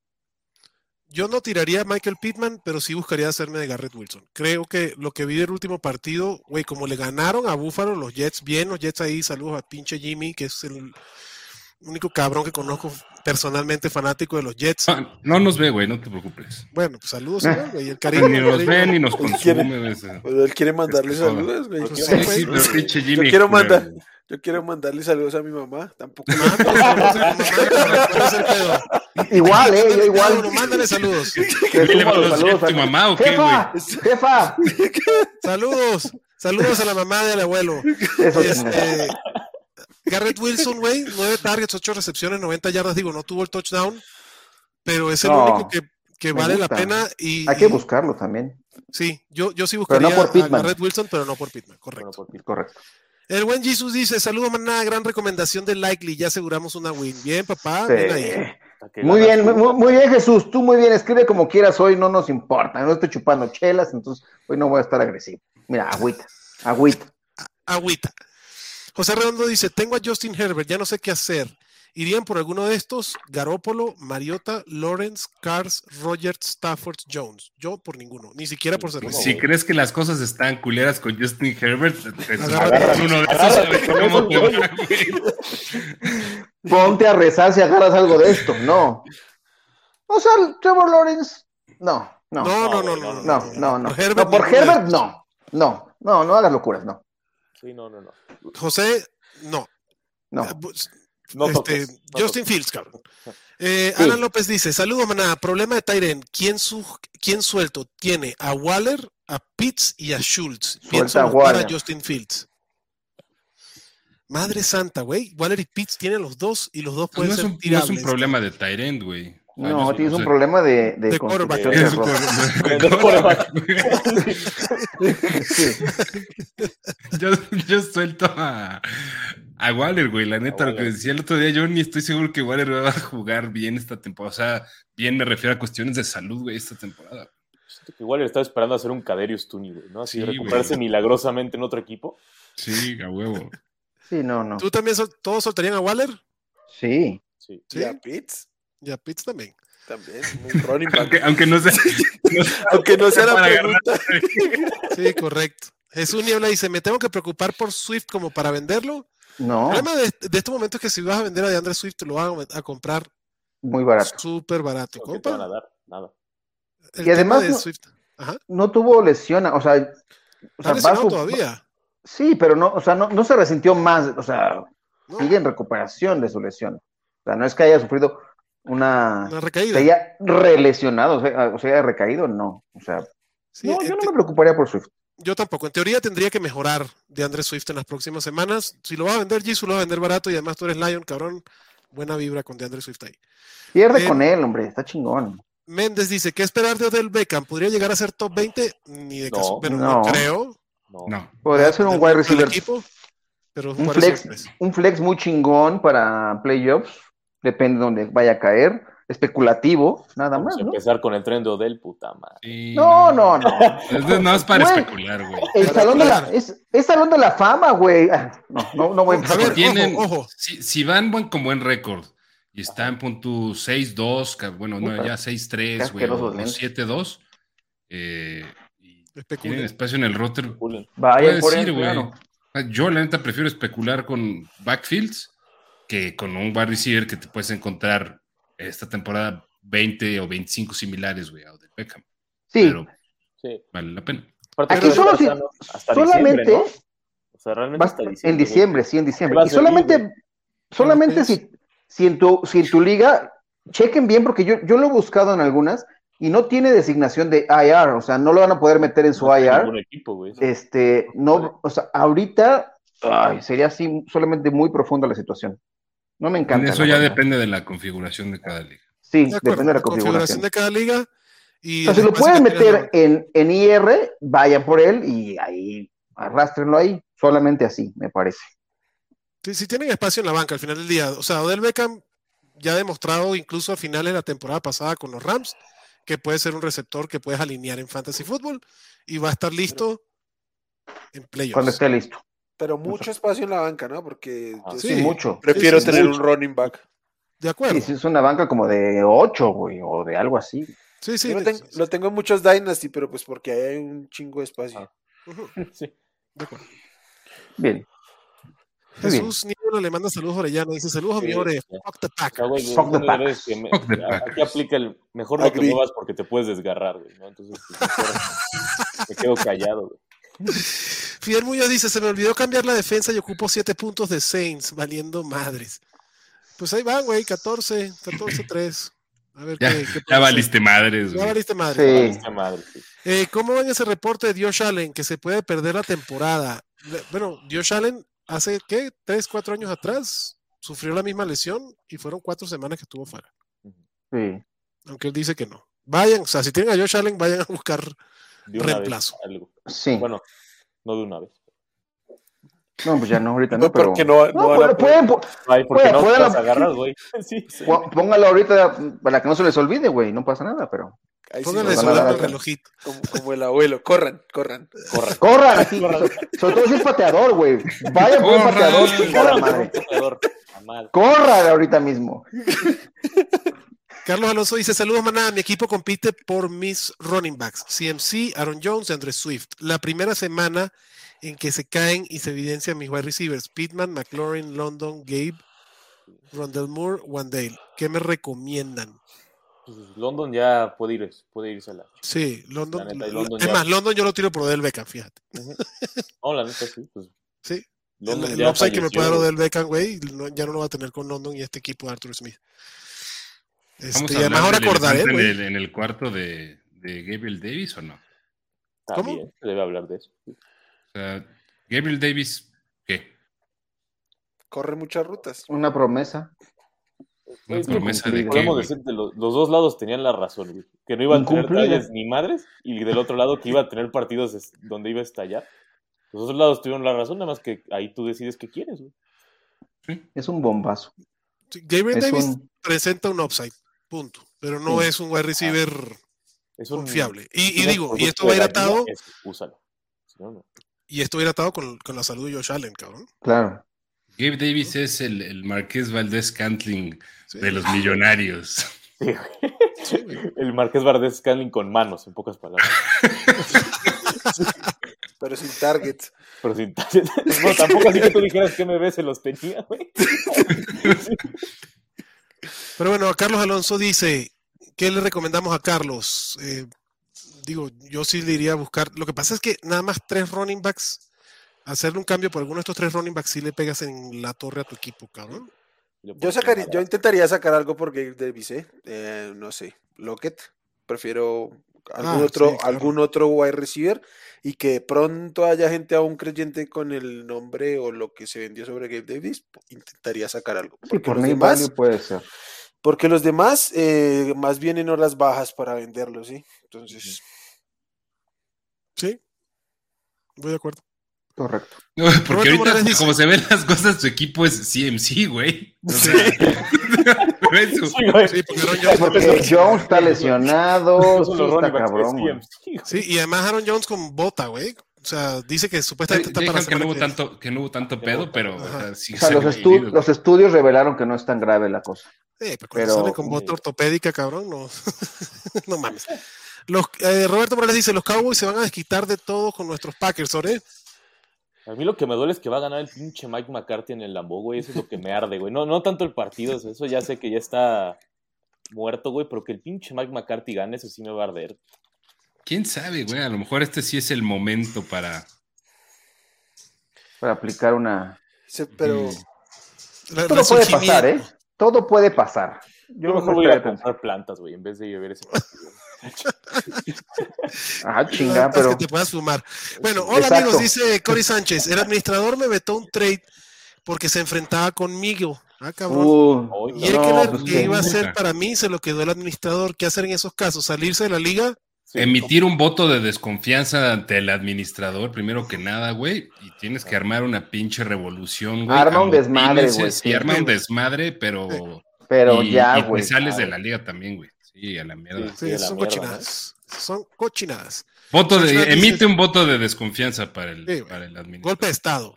[SPEAKER 2] Yo no tiraría a Michael Pittman, pero sí buscaría hacerme de Garrett Wilson. Creo que lo que vi del último partido, güey, como le ganaron a Buffalo, los Jets bien, los Jets ahí, saludos a pinche Jimmy, que es el único cabrón que conozco personalmente fanático de los Jets.
[SPEAKER 4] Ah, no nos ve, güey, no te preocupes.
[SPEAKER 2] Bueno, pues saludos,
[SPEAKER 5] Ah.
[SPEAKER 2] güey, y el
[SPEAKER 4] Ni
[SPEAKER 2] cariño. el
[SPEAKER 4] nos
[SPEAKER 2] cariño.
[SPEAKER 4] ve ni nos
[SPEAKER 6] Pues
[SPEAKER 4] consume, güey. o sea.
[SPEAKER 6] Pero él quiere mandarle
[SPEAKER 4] Este,
[SPEAKER 6] saludos, güey.
[SPEAKER 2] Pues
[SPEAKER 6] ¿Qué
[SPEAKER 2] sí,
[SPEAKER 6] más,
[SPEAKER 2] sí,
[SPEAKER 6] güey?
[SPEAKER 4] pero pinche Jimmy,
[SPEAKER 6] quiero mandar-
[SPEAKER 4] culero.
[SPEAKER 6] Yo quiero mandarle saludos a mi mamá. Tampoco.
[SPEAKER 2] Mándale saludos a tu mamá, ¿cuál es el pedo?
[SPEAKER 5] Igual, eh, yo igual.
[SPEAKER 2] Bueno, mándale saludos.
[SPEAKER 4] Dile,
[SPEAKER 5] Saludos,
[SPEAKER 4] ¿vas a
[SPEAKER 5] saludos
[SPEAKER 4] decir a tu
[SPEAKER 5] a-
[SPEAKER 4] mamá o qué, güey?
[SPEAKER 5] Jefa, jefa.
[SPEAKER 2] Saludos. Saludos a la mamá del abuelo.
[SPEAKER 5] Eso sí.
[SPEAKER 2] Este, Garrett Wilson, güey, nueve targets, ocho recepciones, 90 yardas. Digo, no tuvo el touchdown, pero es el
[SPEAKER 5] No,
[SPEAKER 2] único que, que
[SPEAKER 5] me
[SPEAKER 2] vale la
[SPEAKER 5] gusta.
[SPEAKER 2] pena. Y,
[SPEAKER 5] Hay que
[SPEAKER 2] y-
[SPEAKER 5] buscarlo también.
[SPEAKER 2] Sí, yo, yo sí
[SPEAKER 5] Pero no
[SPEAKER 2] buscaría
[SPEAKER 5] por
[SPEAKER 2] a
[SPEAKER 5] Pittman.
[SPEAKER 2] Garrett Wilson, pero no por Pittman, correcto.
[SPEAKER 3] Bueno, por ti.
[SPEAKER 5] Correcto.
[SPEAKER 2] El buen Jesus dice, saludos, maná, gran recomendación de Likely, ya aseguramos una win. Bien, papá,
[SPEAKER 5] Sí.
[SPEAKER 2] bien Ah, ahí.
[SPEAKER 3] Hasta que
[SPEAKER 5] Muy
[SPEAKER 3] ganas,
[SPEAKER 5] bien,
[SPEAKER 3] güey.
[SPEAKER 5] muy, muy bien, Jesús. Tú muy bien, escribe como quieras hoy, no nos importa. No estoy chupando chelas, entonces hoy no voy a estar agresivo. Mira, agüita, agüita.
[SPEAKER 2] Agüita. José Redondo dice, tengo a Justin Herbert, ya no sé qué hacer. ¿Irían por alguno de estos? Garópolo, Mariota, Lawrence, Cars, Rogers, Stafford, Jones. Yo por ninguno, ni siquiera por
[SPEAKER 3] Ninguno,
[SPEAKER 2] servicio.
[SPEAKER 4] Si crees que las cosas están culeras con Justin Herbert, te
[SPEAKER 2] Agárrate.
[SPEAKER 4] es uno de esos, a ver cómo te va, güey.
[SPEAKER 5] Ponte a rezar si agarras algo de esto. No. O sea, Trevor Lawrence, no, no, no,
[SPEAKER 2] No, no, no, no.
[SPEAKER 5] no, no. no.
[SPEAKER 2] Por Herbert,
[SPEAKER 5] por
[SPEAKER 2] ninguno.
[SPEAKER 5] Herbert, no, no, no, no hagas locuras, no,
[SPEAKER 3] Sí, no, no, no.
[SPEAKER 2] José, no.
[SPEAKER 5] no.
[SPEAKER 2] Eh, bu-
[SPEAKER 3] No
[SPEAKER 2] Este,
[SPEAKER 3] toques, no
[SPEAKER 2] Justin
[SPEAKER 3] toques.
[SPEAKER 2] Fields, cabrón. Eh,
[SPEAKER 5] Sí.
[SPEAKER 2] Alan López dice: Saludos, maná. Problema de Tyren. ¿Quién, su- ¿Quién suelto? Tiene a Waller, a Pitts y a Schultz. Pienso
[SPEAKER 5] a
[SPEAKER 2] buscar a
[SPEAKER 5] Waller.
[SPEAKER 2] Justin Fields. Madre santa, güey. Waller y Pitts tienen los dos y los dos
[SPEAKER 4] Pues No
[SPEAKER 2] pueden
[SPEAKER 4] es
[SPEAKER 2] ser
[SPEAKER 4] un, no es
[SPEAKER 2] tirables.
[SPEAKER 4] un problema de Tyrend, güey. O sea,
[SPEAKER 5] No,
[SPEAKER 4] es-
[SPEAKER 5] tienes
[SPEAKER 4] o
[SPEAKER 5] un
[SPEAKER 4] sea,
[SPEAKER 5] problema de, de
[SPEAKER 2] De
[SPEAKER 5] construcción
[SPEAKER 2] quarterback.
[SPEAKER 5] de
[SPEAKER 4] tienes un
[SPEAKER 5] error.
[SPEAKER 3] No,
[SPEAKER 4] problema.
[SPEAKER 3] quarterback.
[SPEAKER 5] Sí.
[SPEAKER 4] Yo, yo suelto a, a Waller, güey. La neta,
[SPEAKER 3] A
[SPEAKER 4] lo que
[SPEAKER 3] Waller.
[SPEAKER 4] decía el otro día, yo ni estoy seguro que Waller va a jugar bien esta temporada. O sea, bien me refiero a cuestiones de salud, güey, esta temporada.
[SPEAKER 3] Siento que Igual estaba esperando hacer un Caderius Tuni, güey, ¿no? Así
[SPEAKER 4] Sí,
[SPEAKER 3] recuperarse
[SPEAKER 4] güey.
[SPEAKER 3] milagrosamente en otro equipo.
[SPEAKER 4] Sí, a huevo.
[SPEAKER 5] Sí, no, no.
[SPEAKER 2] ¿Tú también sol- todos soltarían a Waller?
[SPEAKER 5] Sí.
[SPEAKER 3] Sí.
[SPEAKER 2] Sí.
[SPEAKER 6] Y a Pitts
[SPEAKER 2] Y a Pitts también.
[SPEAKER 6] también. Un running back.
[SPEAKER 4] Aunque, aunque no sea. no sea-
[SPEAKER 6] Aunque no sea la
[SPEAKER 4] Para agarrar-
[SPEAKER 6] pregunta.
[SPEAKER 2] Sí, correcto. Jesús Niebla dice: Me tengo que preocupar por Swift como para venderlo.
[SPEAKER 5] No,
[SPEAKER 2] El problema de, de este momento es que si vas a vender a DeAndre Swift, te lo vas a, a comprar
[SPEAKER 5] muy barato.
[SPEAKER 2] súper barato.
[SPEAKER 3] ¿Qué te
[SPEAKER 2] Compa,
[SPEAKER 3] van a dar? Nada.
[SPEAKER 2] El
[SPEAKER 5] Y
[SPEAKER 2] tema
[SPEAKER 5] además
[SPEAKER 2] de
[SPEAKER 5] no-
[SPEAKER 2] Swift. Ajá.
[SPEAKER 5] No tuvo lesión, o sea, o
[SPEAKER 2] Está
[SPEAKER 5] sea,
[SPEAKER 2] lesionado
[SPEAKER 5] va su-
[SPEAKER 2] todavía.
[SPEAKER 5] Sí, pero no, o sea, no, no se resintió más, o sea,
[SPEAKER 2] ¿no?
[SPEAKER 5] sigue en recuperación de su lesión. O sea, no es que haya sufrido una...
[SPEAKER 2] Una
[SPEAKER 5] Se
[SPEAKER 2] recaída.
[SPEAKER 5] haya relesionado, o sea, o se haya recaído, no. O sea,
[SPEAKER 2] Sí,
[SPEAKER 5] no,
[SPEAKER 2] en
[SPEAKER 5] yo no
[SPEAKER 2] te-
[SPEAKER 5] me preocuparía por Swift.
[SPEAKER 2] yo tampoco. En teoría tendría que mejorar de Andrés Swift en las próximas semanas. Si lo vas a vender, Jisoo, lo vas a vender barato y además tú eres Lion, cabrón. Buena vibra con DeAndre Swift ahí.
[SPEAKER 5] Pierde
[SPEAKER 2] Eh,
[SPEAKER 5] con él, hombre, está chingón.
[SPEAKER 2] Méndez dice, ¿qué esperar de Odell Beckham? ¿Podría llegar a ser top 20? Ni de
[SPEAKER 3] No,
[SPEAKER 2] caso. Pero no,
[SPEAKER 5] no.
[SPEAKER 2] creo.
[SPEAKER 3] No.
[SPEAKER 4] No.
[SPEAKER 5] Podría ser un
[SPEAKER 2] Depende
[SPEAKER 5] wide
[SPEAKER 2] eh, del
[SPEAKER 5] receiver,
[SPEAKER 2] equipo, pero es un
[SPEAKER 5] un
[SPEAKER 2] wide receiver.
[SPEAKER 5] flex,
[SPEAKER 2] pues.
[SPEAKER 5] un flex muy chingón para playoffs, depende de dónde vaya a caer, especulativo, nada
[SPEAKER 3] Vamos
[SPEAKER 5] más,
[SPEAKER 3] a
[SPEAKER 5] ¿no?
[SPEAKER 3] empezar con el tren de Odell, puta madre.
[SPEAKER 4] Sí,
[SPEAKER 5] No, no, no.
[SPEAKER 4] Es de- no es para
[SPEAKER 5] Güey.
[SPEAKER 4] especular, güey.
[SPEAKER 5] El
[SPEAKER 2] Para
[SPEAKER 5] salón de la,
[SPEAKER 2] aclarar.
[SPEAKER 5] es, es salón de la fama, güey. Ah, No, no, no voy a
[SPEAKER 2] pues, A
[SPEAKER 5] empezar
[SPEAKER 2] ver,
[SPEAKER 5] con-
[SPEAKER 4] Tienen,
[SPEAKER 2] ojo, ojo.
[SPEAKER 4] Si, si van buen, con buen récord y están punto 6-2, cab- bueno, no,
[SPEAKER 5] Puta,
[SPEAKER 4] ya 6-3,
[SPEAKER 5] qué
[SPEAKER 4] güey, o
[SPEAKER 5] asquerosos
[SPEAKER 4] o
[SPEAKER 5] lentes.
[SPEAKER 4] 7-2, eh, y
[SPEAKER 2] Especulen.
[SPEAKER 4] tienen espacio en el roster.
[SPEAKER 3] Julen.
[SPEAKER 5] Vaya,
[SPEAKER 4] Puedes
[SPEAKER 5] por
[SPEAKER 4] ir,
[SPEAKER 5] él,
[SPEAKER 4] güey. Ah,
[SPEAKER 5] claro.
[SPEAKER 4] Yo, la neta, prefiero especular con backfields que con un wide receiver que te puedes encontrar esta temporada 20 o 25 similares, güey, a Odell Beckham.
[SPEAKER 5] Sí,
[SPEAKER 4] Pero
[SPEAKER 3] Sí.
[SPEAKER 4] vale la pena.
[SPEAKER 3] Aparte,
[SPEAKER 5] Aquí
[SPEAKER 3] creo que
[SPEAKER 5] solo si-
[SPEAKER 3] hasta- hasta
[SPEAKER 5] solamente
[SPEAKER 3] diciembre, ¿no? O sea, realmente
[SPEAKER 5] va-
[SPEAKER 3] hasta
[SPEAKER 5] en diciembre, sí, en diciembre.
[SPEAKER 3] Va a
[SPEAKER 5] Y
[SPEAKER 3] ser
[SPEAKER 5] solamente,
[SPEAKER 3] libre.
[SPEAKER 5] solamente
[SPEAKER 2] Antes.
[SPEAKER 5] si, si, en tu, si en tu liga, chequen bien, porque yo, yo lo he buscado en algunas y no tiene designación de IR, o sea, no lo van a poder meter en su
[SPEAKER 3] No está ningún
[SPEAKER 5] IR.
[SPEAKER 3] equipo, güey.
[SPEAKER 5] Este, no, o sea, ahorita ay, sería así, solamente muy profunda la situación. No me
[SPEAKER 4] En
[SPEAKER 5] encanta.
[SPEAKER 4] eso
[SPEAKER 5] la
[SPEAKER 4] ya
[SPEAKER 5] verdad.
[SPEAKER 4] depende de la configuración de cada liga.
[SPEAKER 5] Sí,
[SPEAKER 2] De acuerdo,
[SPEAKER 5] depende de la configuración.
[SPEAKER 2] configuración de cada liga. Y
[SPEAKER 5] O sea, si
[SPEAKER 2] el
[SPEAKER 5] lo
[SPEAKER 2] espacio
[SPEAKER 5] pueden
[SPEAKER 2] que tienen
[SPEAKER 5] meter en, en IR, vayan por él y ahí arrastrenlo ahí. Solamente así, me parece.
[SPEAKER 2] Si, si tienen espacio en la banca al final del día, o sea, Odell Beckham ya ha demostrado incluso a finales de la temporada pasada con los Rams que puede ser un receptor que puedes alinear en fantasy fútbol y va a estar listo en
[SPEAKER 5] cuando
[SPEAKER 2] playoffs.
[SPEAKER 5] esté listo.
[SPEAKER 6] Pero mucho espacio en la banca, ¿no? Porque
[SPEAKER 3] Ah,
[SPEAKER 6] yo
[SPEAKER 2] sí.
[SPEAKER 6] sí
[SPEAKER 5] Mucho.
[SPEAKER 6] prefiero
[SPEAKER 2] Sí, sí,
[SPEAKER 6] tener
[SPEAKER 2] mucho.
[SPEAKER 6] un running back.
[SPEAKER 2] De
[SPEAKER 5] Y
[SPEAKER 2] acuerdo.
[SPEAKER 5] si es una banca como de 8, güey, o de algo así.
[SPEAKER 2] Sí, sí.
[SPEAKER 6] Yo lo,
[SPEAKER 2] de-
[SPEAKER 6] tengo, lo tengo en muchos Dynasty, pero pues porque ahí hay un chingo de espacio.
[SPEAKER 3] Ah.
[SPEAKER 2] Ujú,
[SPEAKER 3] Sí.
[SPEAKER 2] de acuerdo.
[SPEAKER 5] Bien. Muy bien.
[SPEAKER 2] Jesús Niebla le manda saludos a Orellana. Dice saludos a mi
[SPEAKER 3] Sí,
[SPEAKER 2] Ore.
[SPEAKER 3] ya.
[SPEAKER 2] Fuck the
[SPEAKER 3] O sea,
[SPEAKER 2] pack.
[SPEAKER 3] güey,
[SPEAKER 5] Fuck the
[SPEAKER 3] una de
[SPEAKER 5] Packers.
[SPEAKER 3] las que me-
[SPEAKER 4] Fuck the
[SPEAKER 3] aquí
[SPEAKER 4] Packers.
[SPEAKER 3] aplica el mejor no
[SPEAKER 6] Agree.
[SPEAKER 3] te muevas porque te puedes desgarrar, güey. ¿no? Entonces, pues, mejor me quedo callado, güey.
[SPEAKER 2] Fidel Muñoz dice: Se me olvidó cambiar la defensa y ocupo 7 puntos de Saints, valiendo madres. Pues ahí van, güey, 14, 14-3. A ver
[SPEAKER 4] Ya,
[SPEAKER 2] qué, qué
[SPEAKER 4] ya
[SPEAKER 2] pasa.
[SPEAKER 4] valiste madres,
[SPEAKER 2] Ya
[SPEAKER 4] güey.
[SPEAKER 2] valiste madre.
[SPEAKER 5] Sí.
[SPEAKER 3] Esta madre, sí.
[SPEAKER 2] Eh, ¿Cómo ven ese reporte de Josh Allen que se puede perder la temporada? Le- Bueno, Josh Allen hace, ¿qué? ¿Tres, cuatro años atrás? Sufrió la misma lesión y fueron cuatro semanas que estuvo fuera.
[SPEAKER 5] Sí.
[SPEAKER 2] Aunque él dice que no. Vayan, o sea, si tienen a Josh Allen, vayan a buscar.
[SPEAKER 3] De una
[SPEAKER 2] Reemplazo.
[SPEAKER 3] vez. Algo.
[SPEAKER 5] Sí.
[SPEAKER 3] Bueno, no de una vez.
[SPEAKER 5] no, pues ya no, ahorita no,
[SPEAKER 6] No,
[SPEAKER 5] pero.
[SPEAKER 6] porque no,
[SPEAKER 5] No,
[SPEAKER 6] no
[SPEAKER 5] pues,
[SPEAKER 6] van a
[SPEAKER 5] pero pueden, po-
[SPEAKER 3] Ay, porque
[SPEAKER 5] Güey,
[SPEAKER 3] no
[SPEAKER 5] juega
[SPEAKER 3] te
[SPEAKER 5] la-
[SPEAKER 3] las agarras, güey. Sí, sí.
[SPEAKER 5] po- póngalo ahorita para que no se les olvide, güey, no pasa nada, pero.
[SPEAKER 6] Ahí sí
[SPEAKER 2] Pónganle
[SPEAKER 6] nos van
[SPEAKER 5] sudando
[SPEAKER 6] a
[SPEAKER 2] sudando
[SPEAKER 6] dar
[SPEAKER 2] el
[SPEAKER 5] otra.
[SPEAKER 2] relojito.
[SPEAKER 6] como, como el abuelo. Corran, corran.
[SPEAKER 3] Corran.
[SPEAKER 5] Corran, así, so- sobre todo si es pateador, güey. Vaya por un
[SPEAKER 4] Corran.
[SPEAKER 5] pateador, chingada
[SPEAKER 3] Corran, corran,
[SPEAKER 5] madre.
[SPEAKER 3] corredor. La Ah, madre.
[SPEAKER 5] Corran ahorita mismo.
[SPEAKER 2] Carlos Alonso dice: Saludos, manada. Mi equipo compite por mis running backs: CMC, Aaron Jones y Andre Swift. La primera semana en que se caen y se evidencian mis wide receivers: Pittman, McLaurin, London, Gabe, Rondell Moore, Wandale. ¿Qué me recomiendan?
[SPEAKER 3] Pues, London ya puede ir, puede irse a la.
[SPEAKER 2] Sí, London.
[SPEAKER 3] La neta, y
[SPEAKER 2] lo-
[SPEAKER 3] London
[SPEAKER 2] es
[SPEAKER 3] ya-
[SPEAKER 2] más, London yo lo tiro por Odell Beckham, fíjate.
[SPEAKER 3] No, la neta sí. Pues,
[SPEAKER 2] Sí. El,
[SPEAKER 3] London
[SPEAKER 2] el
[SPEAKER 3] ya
[SPEAKER 2] upside que me
[SPEAKER 3] falleció,
[SPEAKER 2] puede dar
[SPEAKER 3] güey.
[SPEAKER 2] Odell Beckham, güey, no- ya no lo va a tener con London y este equipo de Arthur Smith.
[SPEAKER 4] Vamos
[SPEAKER 2] Este, y
[SPEAKER 4] a hablar
[SPEAKER 2] además ahora
[SPEAKER 4] del
[SPEAKER 2] acordaré,
[SPEAKER 4] elefante en
[SPEAKER 2] güey.
[SPEAKER 4] el, en el cuarto de, de Gabriel Davis o no? O
[SPEAKER 2] ¿Cómo?
[SPEAKER 3] También se debe hablar de eso.
[SPEAKER 4] sea, Gabriel Davis, ¿qué?
[SPEAKER 6] Corre muchas rutas.
[SPEAKER 5] Una promesa.
[SPEAKER 4] Una
[SPEAKER 3] Es que pues,
[SPEAKER 4] promesa de qué,
[SPEAKER 3] Podemos
[SPEAKER 4] güey?
[SPEAKER 3] decir que los, los dos lados tenían la razón, güey. Que no iba a tener
[SPEAKER 5] Incumplida.
[SPEAKER 3] tallas ni madres y del otro lado que iba a tener partidos es- donde iba a estallar. Los dos lados tuvieron la razón, nada más que ahí tú decides qué quieres, güey.
[SPEAKER 5] Es un bombazo.
[SPEAKER 2] Gabriel
[SPEAKER 5] Es
[SPEAKER 2] Davis
[SPEAKER 5] un.
[SPEAKER 2] presenta un upside, punto. Pero no
[SPEAKER 5] Sí.
[SPEAKER 2] es un wide receiver
[SPEAKER 3] Ah, Es un-
[SPEAKER 2] confiable. Y, y
[SPEAKER 3] un
[SPEAKER 2] digo, y
[SPEAKER 3] producto
[SPEAKER 2] esto va a
[SPEAKER 3] de
[SPEAKER 2] ir
[SPEAKER 3] la
[SPEAKER 2] atado,
[SPEAKER 3] liga, es- úsalo. Si no, no.
[SPEAKER 2] y esto va a ir atado con, con la salud de Josh Allen, cabrón.
[SPEAKER 5] Claro.
[SPEAKER 4] Gabe Davis es el, el Marqués Valdés Cantling
[SPEAKER 2] Sí.
[SPEAKER 4] de los millonarios.
[SPEAKER 3] Sí, güey. El Marqués Valdés Scanling con manos, en pocas palabras.
[SPEAKER 6] Pero sin target.
[SPEAKER 3] Pero sin tallas. No, tampoco así que tú dijeras que MB se los tenía, güey.
[SPEAKER 2] Pero bueno, Carlos Alonso dice, ¿qué le recomendamos a Carlos? Eh, digo, yo sí le iría a buscar. Lo que pasa es que nada más tres running backs, hacerle un cambio por alguno de estos tres running backs, sí le pegas en la torre a tu equipo, cabrón.
[SPEAKER 6] Yo, sacaría, yo intentaría sacar algo por Gabe Davis, ¿eh? Eh, no sé, Lockett. Prefiero algún,
[SPEAKER 2] Ah,
[SPEAKER 6] otro,
[SPEAKER 2] sí, claro.
[SPEAKER 6] algún otro wide receiver y que de pronto haya gente aún creyente con el nombre o lo que se vendió sobre Gabe Davis. Intentaría sacar algo.
[SPEAKER 5] Sí,
[SPEAKER 6] Porque
[SPEAKER 5] por
[SPEAKER 6] los
[SPEAKER 5] Nate
[SPEAKER 6] demás,
[SPEAKER 5] Value puede ser.
[SPEAKER 6] porque los demás eh, más bien en horas bajas para venderlos, ¿sí? Entonces,
[SPEAKER 2] Sí, voy de acuerdo.
[SPEAKER 5] Correcto.
[SPEAKER 4] No, Porque
[SPEAKER 2] Roberto Morales
[SPEAKER 4] ahorita,
[SPEAKER 2] dice-
[SPEAKER 4] como se ven las cosas, tu equipo es CMC, güey. O sea, ves su-
[SPEAKER 3] Sí, güey.
[SPEAKER 2] Sí, porque Aaron
[SPEAKER 5] Sí,
[SPEAKER 2] Jones
[SPEAKER 5] Porque Jones está lesionado.
[SPEAKER 3] Todos
[SPEAKER 5] Sí,
[SPEAKER 3] los
[SPEAKER 5] está
[SPEAKER 3] running backs
[SPEAKER 5] cabrón.
[SPEAKER 3] es
[SPEAKER 5] güey.
[SPEAKER 3] CMC, güey.
[SPEAKER 2] Sí, y además Aaron Jones con bota, güey. O sea, dice que supuestamente está para la
[SPEAKER 4] Dejan que no
[SPEAKER 2] semana
[SPEAKER 4] hubo
[SPEAKER 2] que viene.
[SPEAKER 4] tanto, que no hubo tanto pedo, pero o sea, sí
[SPEAKER 5] O sea,
[SPEAKER 4] se
[SPEAKER 5] los,
[SPEAKER 4] han
[SPEAKER 5] estu-
[SPEAKER 4] ido.
[SPEAKER 5] los estudios revelaron que no es tan grave la cosa.
[SPEAKER 2] Sí, pero cuando
[SPEAKER 5] Pero- eh,
[SPEAKER 2] sale con bota ortopédica, cabrón, no, no mames. Los, eh, Roberto Morales dice, los Cowboys se van a desquitar de todo con nuestros Packers, ¿ore?
[SPEAKER 3] A mí lo que me duele es que va a ganar el pinche Mike McCarthy en el Lambo, güey. Eso es lo que me arde, güey. No, no tanto el partido, eso- eso ya sé que ya está muerto, güey, pero que el pinche Mike McCarthy gane, eso sí me va a arder.
[SPEAKER 4] ¿Quién sabe, güey? A lo mejor este sí es el momento para.
[SPEAKER 5] Para aplicar una.
[SPEAKER 6] se- pero
[SPEAKER 4] Mm.
[SPEAKER 2] La-
[SPEAKER 5] Todo puede
[SPEAKER 2] resurgimiento.
[SPEAKER 5] pasar, ¿eh? Todo puede pasar.
[SPEAKER 3] Yo mejor
[SPEAKER 5] no
[SPEAKER 3] voy a ir a
[SPEAKER 5] estaría tan-
[SPEAKER 3] comprar plantas, güey, en vez de ver ese partido.
[SPEAKER 5] Ah, chingada,
[SPEAKER 2] Plantas
[SPEAKER 5] pero.
[SPEAKER 2] que te puedas fumar. Bueno, hola
[SPEAKER 5] Exacto.
[SPEAKER 2] amigos, dice Cory Sánchez. El administrador me vetó un trade porque se enfrentaba conmigo. Ah, cabrón.
[SPEAKER 5] Uh,
[SPEAKER 3] Hoy,
[SPEAKER 2] y el
[SPEAKER 5] no,
[SPEAKER 2] que, la-
[SPEAKER 5] pues,
[SPEAKER 2] que
[SPEAKER 5] qué
[SPEAKER 2] iba a ser
[SPEAKER 4] puta.
[SPEAKER 2] para mí se lo quedó el administrador. ¿Qué hacer en esos casos? ¿Salirse de la liga?
[SPEAKER 3] Sí,
[SPEAKER 4] Emitir un voto de desconfianza ante el administrador, primero que nada, güey. Y tienes que armar una pinche revolución, güey.
[SPEAKER 5] Arma un
[SPEAKER 4] Amotínense,
[SPEAKER 5] desmadre, güey,
[SPEAKER 4] Sí,
[SPEAKER 5] sí.
[SPEAKER 4] arma un desmadre, pero.
[SPEAKER 5] pero
[SPEAKER 4] y- y
[SPEAKER 5] ya,
[SPEAKER 4] te
[SPEAKER 5] güey.
[SPEAKER 4] sales de la liga también, güey. Sí, a la mierda.
[SPEAKER 2] Sí,
[SPEAKER 3] Sí, a la
[SPEAKER 2] son
[SPEAKER 5] ¿eh?
[SPEAKER 3] mierda,
[SPEAKER 2] cochinadas. Son cochinadas.
[SPEAKER 4] Voto
[SPEAKER 2] Nacho,
[SPEAKER 4] de,
[SPEAKER 2] dices-
[SPEAKER 4] emite un voto de desconfianza para el,
[SPEAKER 2] Sí, güey.
[SPEAKER 4] para el administrador.
[SPEAKER 2] Golpe de Estado.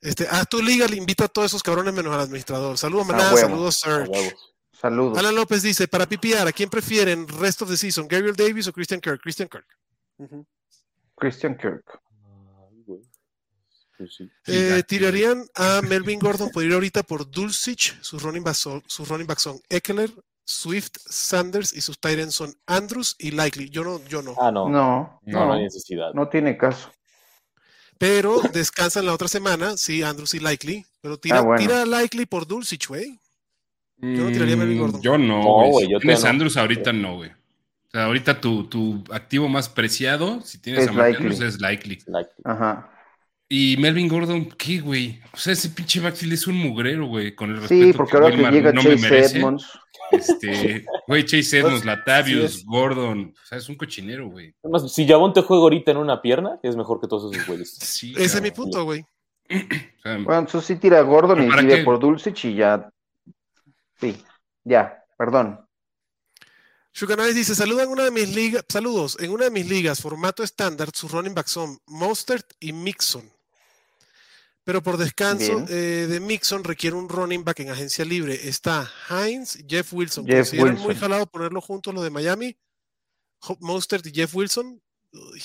[SPEAKER 2] Este, a tu liga le invita a todos esos cabrones menos al administrador. Saludos,
[SPEAKER 5] A
[SPEAKER 2] Maná.
[SPEAKER 5] huevo.
[SPEAKER 2] Saludos,
[SPEAKER 3] A
[SPEAKER 2] Serge.
[SPEAKER 3] huevos.
[SPEAKER 5] Saludos.
[SPEAKER 2] Alan López dice: Para pipiar, ¿a quién prefieren? ¿Rest of the season? ¿Gabriel Davis o Christian Kirk? Christian Kirk.
[SPEAKER 6] Ujú.
[SPEAKER 5] Christian Kirk.
[SPEAKER 3] Ay, güey. Pues sí.
[SPEAKER 4] Sí,
[SPEAKER 2] Eh,
[SPEAKER 4] ya.
[SPEAKER 2] tirarían a Melvin Gordon por ir ahorita por Dulcich, sus running backs son, sus running backs son Eckler, Swift, Sanders y sus tight ends son Andrews y Likely. Yo no, yo no.
[SPEAKER 3] Ah, no. No,
[SPEAKER 5] No,
[SPEAKER 4] No,
[SPEAKER 5] no,
[SPEAKER 3] no hay
[SPEAKER 5] no,
[SPEAKER 3] necesidad.
[SPEAKER 5] tiene caso.
[SPEAKER 2] Pero descansan la otra semana, sí, Andrews y Likely. Pero tira,
[SPEAKER 5] Ah, bueno.
[SPEAKER 2] tira a Likely por Dulcich, güey. Yo no
[SPEAKER 4] Mm,
[SPEAKER 2] tiraría a Melvin Gordon.
[SPEAKER 4] Yo no,
[SPEAKER 3] No,
[SPEAKER 4] güey.
[SPEAKER 3] güey,
[SPEAKER 4] Si
[SPEAKER 3] yo
[SPEAKER 4] tienes
[SPEAKER 3] todavía no.
[SPEAKER 4] Andrews, ahorita no, güey. O sea, ahorita tu, tu activo más preciado, si tienes
[SPEAKER 5] Es
[SPEAKER 4] a Mark
[SPEAKER 5] likely.
[SPEAKER 4] Andrews, es likely.
[SPEAKER 3] Like,
[SPEAKER 5] Ajá.
[SPEAKER 4] Y Melvin Gordon, ¿qué, güey? O sea, ese pinche backfield es un mugrero, güey. Con el respeto
[SPEAKER 5] Sí, porque ahora que
[SPEAKER 4] Wilmar
[SPEAKER 5] llega
[SPEAKER 4] no me
[SPEAKER 5] Chase
[SPEAKER 4] merece.
[SPEAKER 5] Edmonds.
[SPEAKER 4] Este, güey, Chase Edmonds,
[SPEAKER 6] Pues,
[SPEAKER 4] Latavius,
[SPEAKER 6] sí es.
[SPEAKER 4] Gordon. O sea, es un cochinero, güey.
[SPEAKER 3] Además, si Javon te juega ahorita en una pierna, es mejor que todos esos güeyes.
[SPEAKER 4] Sí,
[SPEAKER 2] Ese es mi
[SPEAKER 4] cabrón.
[SPEAKER 2] punto, güey.
[SPEAKER 4] O sea,
[SPEAKER 5] Bueno, entonces sí tira a Gordon y
[SPEAKER 4] ¿Para
[SPEAKER 5] tira
[SPEAKER 4] qué?
[SPEAKER 5] por Dulcich y ya. Sí, ya, perdón.
[SPEAKER 2] Shukanais dice, saludan una de mis ligas, saludos, en una de mis ligas, formato estándar, sus running backs son Mostert y Mixon. Pero por descanso
[SPEAKER 5] Bien.
[SPEAKER 2] eh, de Mixon requiere un running back en agencia libre. Está Hines, Jeff Wilson.
[SPEAKER 5] Jeff
[SPEAKER 2] ¿Consideran muy
[SPEAKER 5] Wilson.
[SPEAKER 2] jalado ponerlo juntos los de Miami? Ho- Mostert y Jeff Wilson. Uy,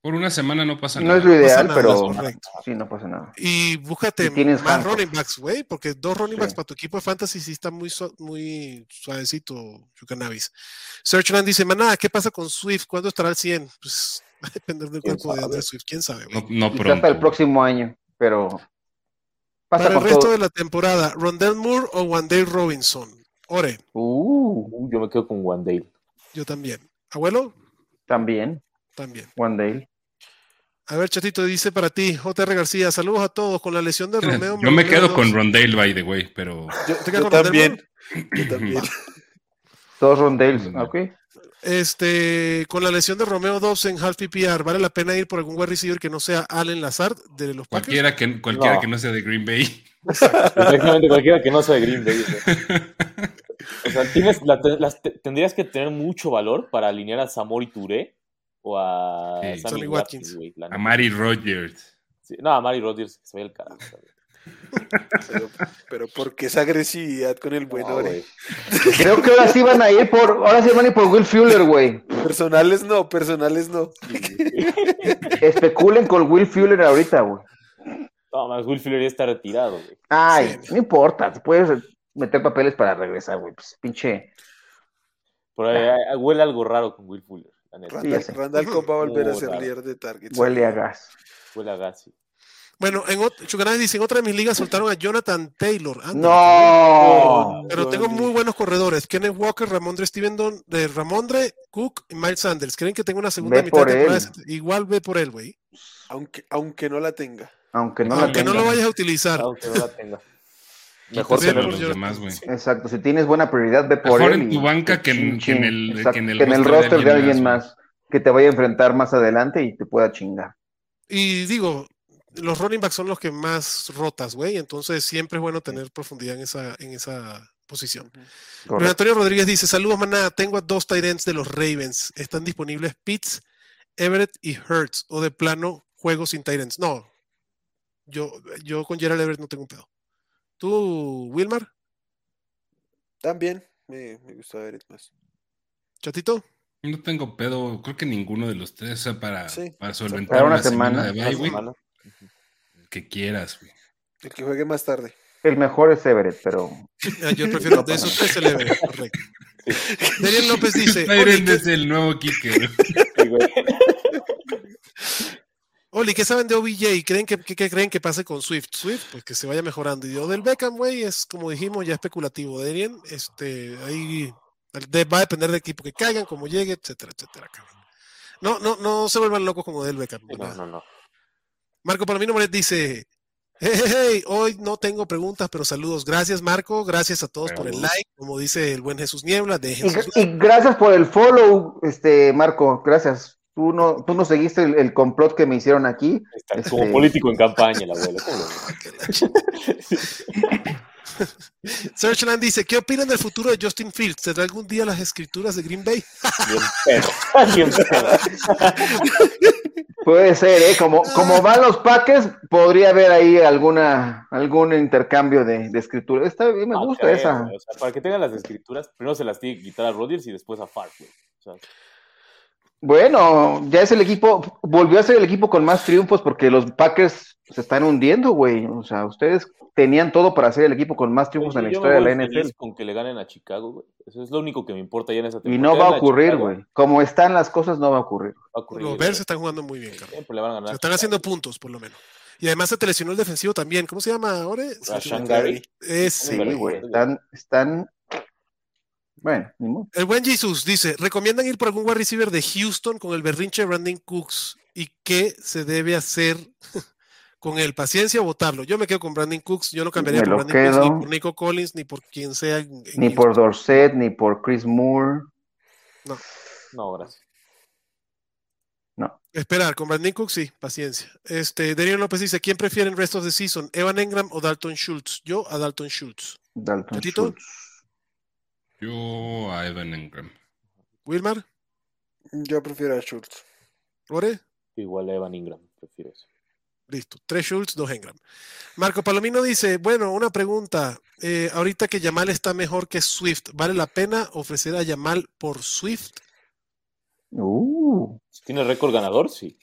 [SPEAKER 4] por una semana no pasa
[SPEAKER 5] No
[SPEAKER 4] nada.
[SPEAKER 5] es lo
[SPEAKER 2] pasa
[SPEAKER 5] ideal,
[SPEAKER 2] nada, es
[SPEAKER 5] pero
[SPEAKER 2] correcto.
[SPEAKER 5] sí, no pasa nada.
[SPEAKER 2] Y búscate
[SPEAKER 5] Y tienes
[SPEAKER 2] más
[SPEAKER 5] Hancock.
[SPEAKER 2] running backs, güey, porque dos running
[SPEAKER 5] Sí.
[SPEAKER 2] backs para tu equipo de fantasy sí está muy, sua- muy suavecito, Yucanabis. Searchland dice, maná, ¿qué pasa con Swift? ¿Cuándo estará al 100? Pues va a depender del
[SPEAKER 3] ¿Quién
[SPEAKER 2] cuerpo de
[SPEAKER 3] sabe?
[SPEAKER 2] Andrew Swift, quién sabe, güey.
[SPEAKER 4] No, no
[SPEAKER 5] Quizá
[SPEAKER 4] pronto.
[SPEAKER 5] hasta el
[SPEAKER 4] güey.
[SPEAKER 5] próximo año, pero pasa
[SPEAKER 2] Para el
[SPEAKER 5] con
[SPEAKER 2] resto
[SPEAKER 5] todo.
[SPEAKER 2] de la temporada, ¿Rondell Moore o Wandale Robinson? Ore,
[SPEAKER 5] Uh,
[SPEAKER 3] Uh, yo me quedo con Wandale.
[SPEAKER 2] yo también. ¿Abuelo?
[SPEAKER 5] también,
[SPEAKER 2] También.
[SPEAKER 5] One Day.
[SPEAKER 2] A ver, chatito, dice para ti, JR García, saludos a todos con la lesión de Romeo.
[SPEAKER 4] Yo me
[SPEAKER 2] Martínez
[SPEAKER 4] quedo con
[SPEAKER 2] dos.
[SPEAKER 4] Rondale, by the way, pero
[SPEAKER 6] Yo,
[SPEAKER 2] ¿Te
[SPEAKER 6] yo
[SPEAKER 2] quedas con Rondell
[SPEAKER 6] también.
[SPEAKER 2] Moore?
[SPEAKER 6] Yo también.
[SPEAKER 5] Dos rondales,
[SPEAKER 4] Mm.
[SPEAKER 5] ok.
[SPEAKER 2] Este, con la lesión de Romeo Dobbs en half PPR, ¿vale la pena ir por algún wide receiver que no sea Allen Lazard de los Packers?
[SPEAKER 4] cualquiera que, cualquiera
[SPEAKER 3] No.
[SPEAKER 4] que no sea de Green Bay.
[SPEAKER 3] Exactamente, cualquiera que no sea de Green Bay. güey. O sea, tienes, la- las- te- tendrías que tener mucho valor para alinear a Samori Touré o a
[SPEAKER 4] Sí,
[SPEAKER 3] Sammy
[SPEAKER 2] Sammy Watkins.
[SPEAKER 3] Watkins, güey. la
[SPEAKER 4] A
[SPEAKER 3] neta.
[SPEAKER 4] Mari Rogers.
[SPEAKER 3] Sí, No, a Mari Rodgers, que se vaya el carajo. güey.
[SPEAKER 6] Pero, pero ¿por qué esa agresividad con el buen
[SPEAKER 3] No,
[SPEAKER 6] Ore?
[SPEAKER 3] güey.
[SPEAKER 5] Creo que ahora sí van a ir por, ahora sí van a ir por Will Fuller, güey.
[SPEAKER 6] Personales no, personales no.
[SPEAKER 5] Especulen con Will Fuller ahorita, güey.
[SPEAKER 3] No, más Will Fuller ya está retirado, güey.
[SPEAKER 5] Ay,
[SPEAKER 2] Sí.
[SPEAKER 5] no importa, te puedes meter papeles para regresar, güey. Pues, pinche,
[SPEAKER 3] Pero eh, huele algo raro con Will Fuller, la neta.
[SPEAKER 5] Sí, ya
[SPEAKER 6] Randall,
[SPEAKER 5] sé.
[SPEAKER 6] Randall Cobb va a volver a
[SPEAKER 3] Puta.
[SPEAKER 6] ser líder de targets.
[SPEAKER 5] huele a gas.
[SPEAKER 3] Huele a gas, sí.
[SPEAKER 2] Bueno, en ot- Chucanay dice, en otra de mis ligas soltaron a Jonathan Taylor. Ándale, cabrón.
[SPEAKER 3] Oh.
[SPEAKER 5] No,
[SPEAKER 2] Pero tengo muy buenos corredores. Kenneth Walker, Ramondre Stevenson, de Ramondre, Cook y Miles Sanders. ¿Creen que tengo una segunda
[SPEAKER 5] Ve
[SPEAKER 2] mitad
[SPEAKER 5] por
[SPEAKER 2] de temporada?
[SPEAKER 5] él.
[SPEAKER 2] Igual ve por él, güey.
[SPEAKER 6] Aunque, aunque no la tenga.
[SPEAKER 5] aunque no la
[SPEAKER 2] Aunque no
[SPEAKER 5] tengas.
[SPEAKER 2] lo vayas a utilizar.
[SPEAKER 3] Aunque no la tenga.
[SPEAKER 2] Quítaselo,
[SPEAKER 3] Mejor que
[SPEAKER 4] Quítaselo
[SPEAKER 3] no.
[SPEAKER 4] a los
[SPEAKER 2] yo-
[SPEAKER 4] demás, güey.
[SPEAKER 5] Exacto, si tienes buena prioridad, ve por
[SPEAKER 4] Mejor
[SPEAKER 5] él.
[SPEAKER 4] en
[SPEAKER 5] y-
[SPEAKER 4] tu banca que en, que
[SPEAKER 5] chin,
[SPEAKER 4] en
[SPEAKER 5] chin.
[SPEAKER 4] el,
[SPEAKER 5] Exacto,
[SPEAKER 4] que en el
[SPEAKER 5] roster de alguien más, que te vaya a enfrentar más adelante y te pueda chingar.
[SPEAKER 2] Y digo, los running backs son los que más rotas, güey. Entonces siempre es bueno tener profundidad en esa, en esa posición. Luis
[SPEAKER 5] Correcto.
[SPEAKER 2] Antonio Rodríguez dice: Saludos, maná. Tengo a dos tight ends de los Ravens. Están disponibles Pitts, Everett y Hertz. O de plano, juego sin tight ends. No. Yo, yo con Gerald Everett no tengo un pedo. ¿Tú, Wilmar?
[SPEAKER 6] También me, me gusta ver más.
[SPEAKER 2] ¿Chatito?
[SPEAKER 4] No tengo pedo, creo que ninguno de los tres, o sea, para,
[SPEAKER 6] Sí.
[SPEAKER 4] para solventar
[SPEAKER 5] Para
[SPEAKER 4] una,
[SPEAKER 5] una
[SPEAKER 4] semana,
[SPEAKER 5] semana,
[SPEAKER 4] de
[SPEAKER 3] Una
[SPEAKER 4] bye, güey,
[SPEAKER 3] semana.
[SPEAKER 4] el que quieras, güey.
[SPEAKER 6] El que juegue más tarde.
[SPEAKER 5] El mejor es Everett, pero
[SPEAKER 2] Ah, Yo prefiero
[SPEAKER 5] No
[SPEAKER 2] de
[SPEAKER 5] pasa
[SPEAKER 2] esos tres el Everett. Correcto. Daniel López dice: Oli,
[SPEAKER 4] Tyrant
[SPEAKER 2] ¿qué,
[SPEAKER 4] es el nuevo Kike.
[SPEAKER 3] Sí,
[SPEAKER 4] güey.
[SPEAKER 3] güey.
[SPEAKER 2] Oli, ¿qué saben de OBJ? ¿Creen que, que- que creen que pase con Swift? Swift, pues que se vaya mejorando. Y lo del Beckham, güey, es como dijimos, ya especulativo. Darien, este, ahí de- va a depender del equipo que caigan, cómo llegue, etcétera, etcétera, cabrón. No, no, no se vuelvan locos como del Beckham.
[SPEAKER 3] No,
[SPEAKER 2] nada.
[SPEAKER 3] no, no.
[SPEAKER 2] Marco Palomino Moret dice: "Hey, hey, hey, hoy no tengo preguntas, pero saludos. Gracias, Marco. Gracias a todos por el
[SPEAKER 4] Saludos.
[SPEAKER 2] like. Como dice el buen Jesús Niebla, de
[SPEAKER 5] y,
[SPEAKER 2] Jesús
[SPEAKER 5] y gracias por el follow, este Marco, gracias. Tú no, tú no seguiste el, el complot que me hicieron aquí.
[SPEAKER 3] Está
[SPEAKER 5] Este-
[SPEAKER 3] como político en campaña, el abuelo. ¿Cómo lo ves?
[SPEAKER 2] Serge Land dice, ¿qué opinan del futuro de Justin Fields? ¿Tendrá algún día las escrituras de Green Bay?
[SPEAKER 3] Bien pedo. Ah, Bien pedo.
[SPEAKER 5] Puede ser, ¿eh? Como, como van los paques, podría haber ahí alguna, algún intercambio de, de escritura. Esta, me
[SPEAKER 3] No
[SPEAKER 5] gusta
[SPEAKER 3] creo,
[SPEAKER 5] esa.
[SPEAKER 3] güey. O sea, para que tengan las escrituras, primero se las tiene que quitar a Rodgers y después a Favre, güey. O sea,
[SPEAKER 5] Bueno, ya es el equipo, volvió a ser el equipo con más triunfos porque los Packers se están hundiendo, güey. O sea, ustedes tenían todo para ser el equipo con más triunfos
[SPEAKER 3] yo-
[SPEAKER 5] en la
[SPEAKER 3] yo
[SPEAKER 5] historia
[SPEAKER 3] me
[SPEAKER 5] de la
[SPEAKER 3] voy
[SPEAKER 5] NFL.
[SPEAKER 3] feliz con que le ganen a Chicago, güey. Eso es lo único que me importa ya en esa temporada.
[SPEAKER 5] Y no va a
[SPEAKER 3] Ganan
[SPEAKER 5] ocurrir,
[SPEAKER 3] Chicago,
[SPEAKER 5] güey. Como están las cosas, no va a ocurrir.
[SPEAKER 3] va a ocurrir,
[SPEAKER 2] Los
[SPEAKER 3] güey.
[SPEAKER 2] Bears se están jugando muy bien, cabrón.
[SPEAKER 3] Siempre le van a ganar.
[SPEAKER 2] Se están haciendo puntos, por lo menos. Y además se te lesionó el defensivo también. ¿Cómo se llama ahora? Se
[SPEAKER 3] Rashan
[SPEAKER 2] lesionó-
[SPEAKER 3] Gary.
[SPEAKER 2] Ese,
[SPEAKER 5] Sí,
[SPEAKER 3] Ándale,
[SPEAKER 2] güey.
[SPEAKER 5] güey.
[SPEAKER 3] güey.
[SPEAKER 5] Están, están. Bueno, ni modo.
[SPEAKER 2] El buen Jesus dice, ¿recomiendan ir por algún wide receiver de Houston con el berrinche de Brandon Cooks? ¿Y qué se debe hacer con él? ¿Paciencia o votarlo? Yo me quedo con Brandon Cooks, yo no cambiaría
[SPEAKER 5] Me
[SPEAKER 2] por
[SPEAKER 5] lo
[SPEAKER 2] Brandon Cooks, ni
[SPEAKER 5] quedo.
[SPEAKER 2] por Nico Collins, ni por quien sea. en- en
[SPEAKER 5] Ni por Dorset, ni por Chris Moore.
[SPEAKER 3] No, gracias.
[SPEAKER 2] Esperar, con Brandon Cook sí, paciencia. Este, Daniel López dice, ¿quién prefieren Rest of the Season? ¿Evan Engram o Dalton Schultz? Yo a Dalton Schultz.
[SPEAKER 5] Dalton
[SPEAKER 2] ¿Tatito?
[SPEAKER 5] Schultz.
[SPEAKER 4] Yo a Evan Engram.
[SPEAKER 2] Wilmar,
[SPEAKER 6] Yo prefiero a Schultz.
[SPEAKER 2] Lore,
[SPEAKER 3] Igual a Evan Ingram, prefiero eso.
[SPEAKER 2] listo. Tres Schultz, dos Engram. Marco Palomino dice, bueno, una pregunta. Eh, ahorita que Yamal está mejor que Swift, ¿vale la pena ofrecer a Yamal por Swift?
[SPEAKER 5] Uh,
[SPEAKER 3] Si tiene récord ganador, sí.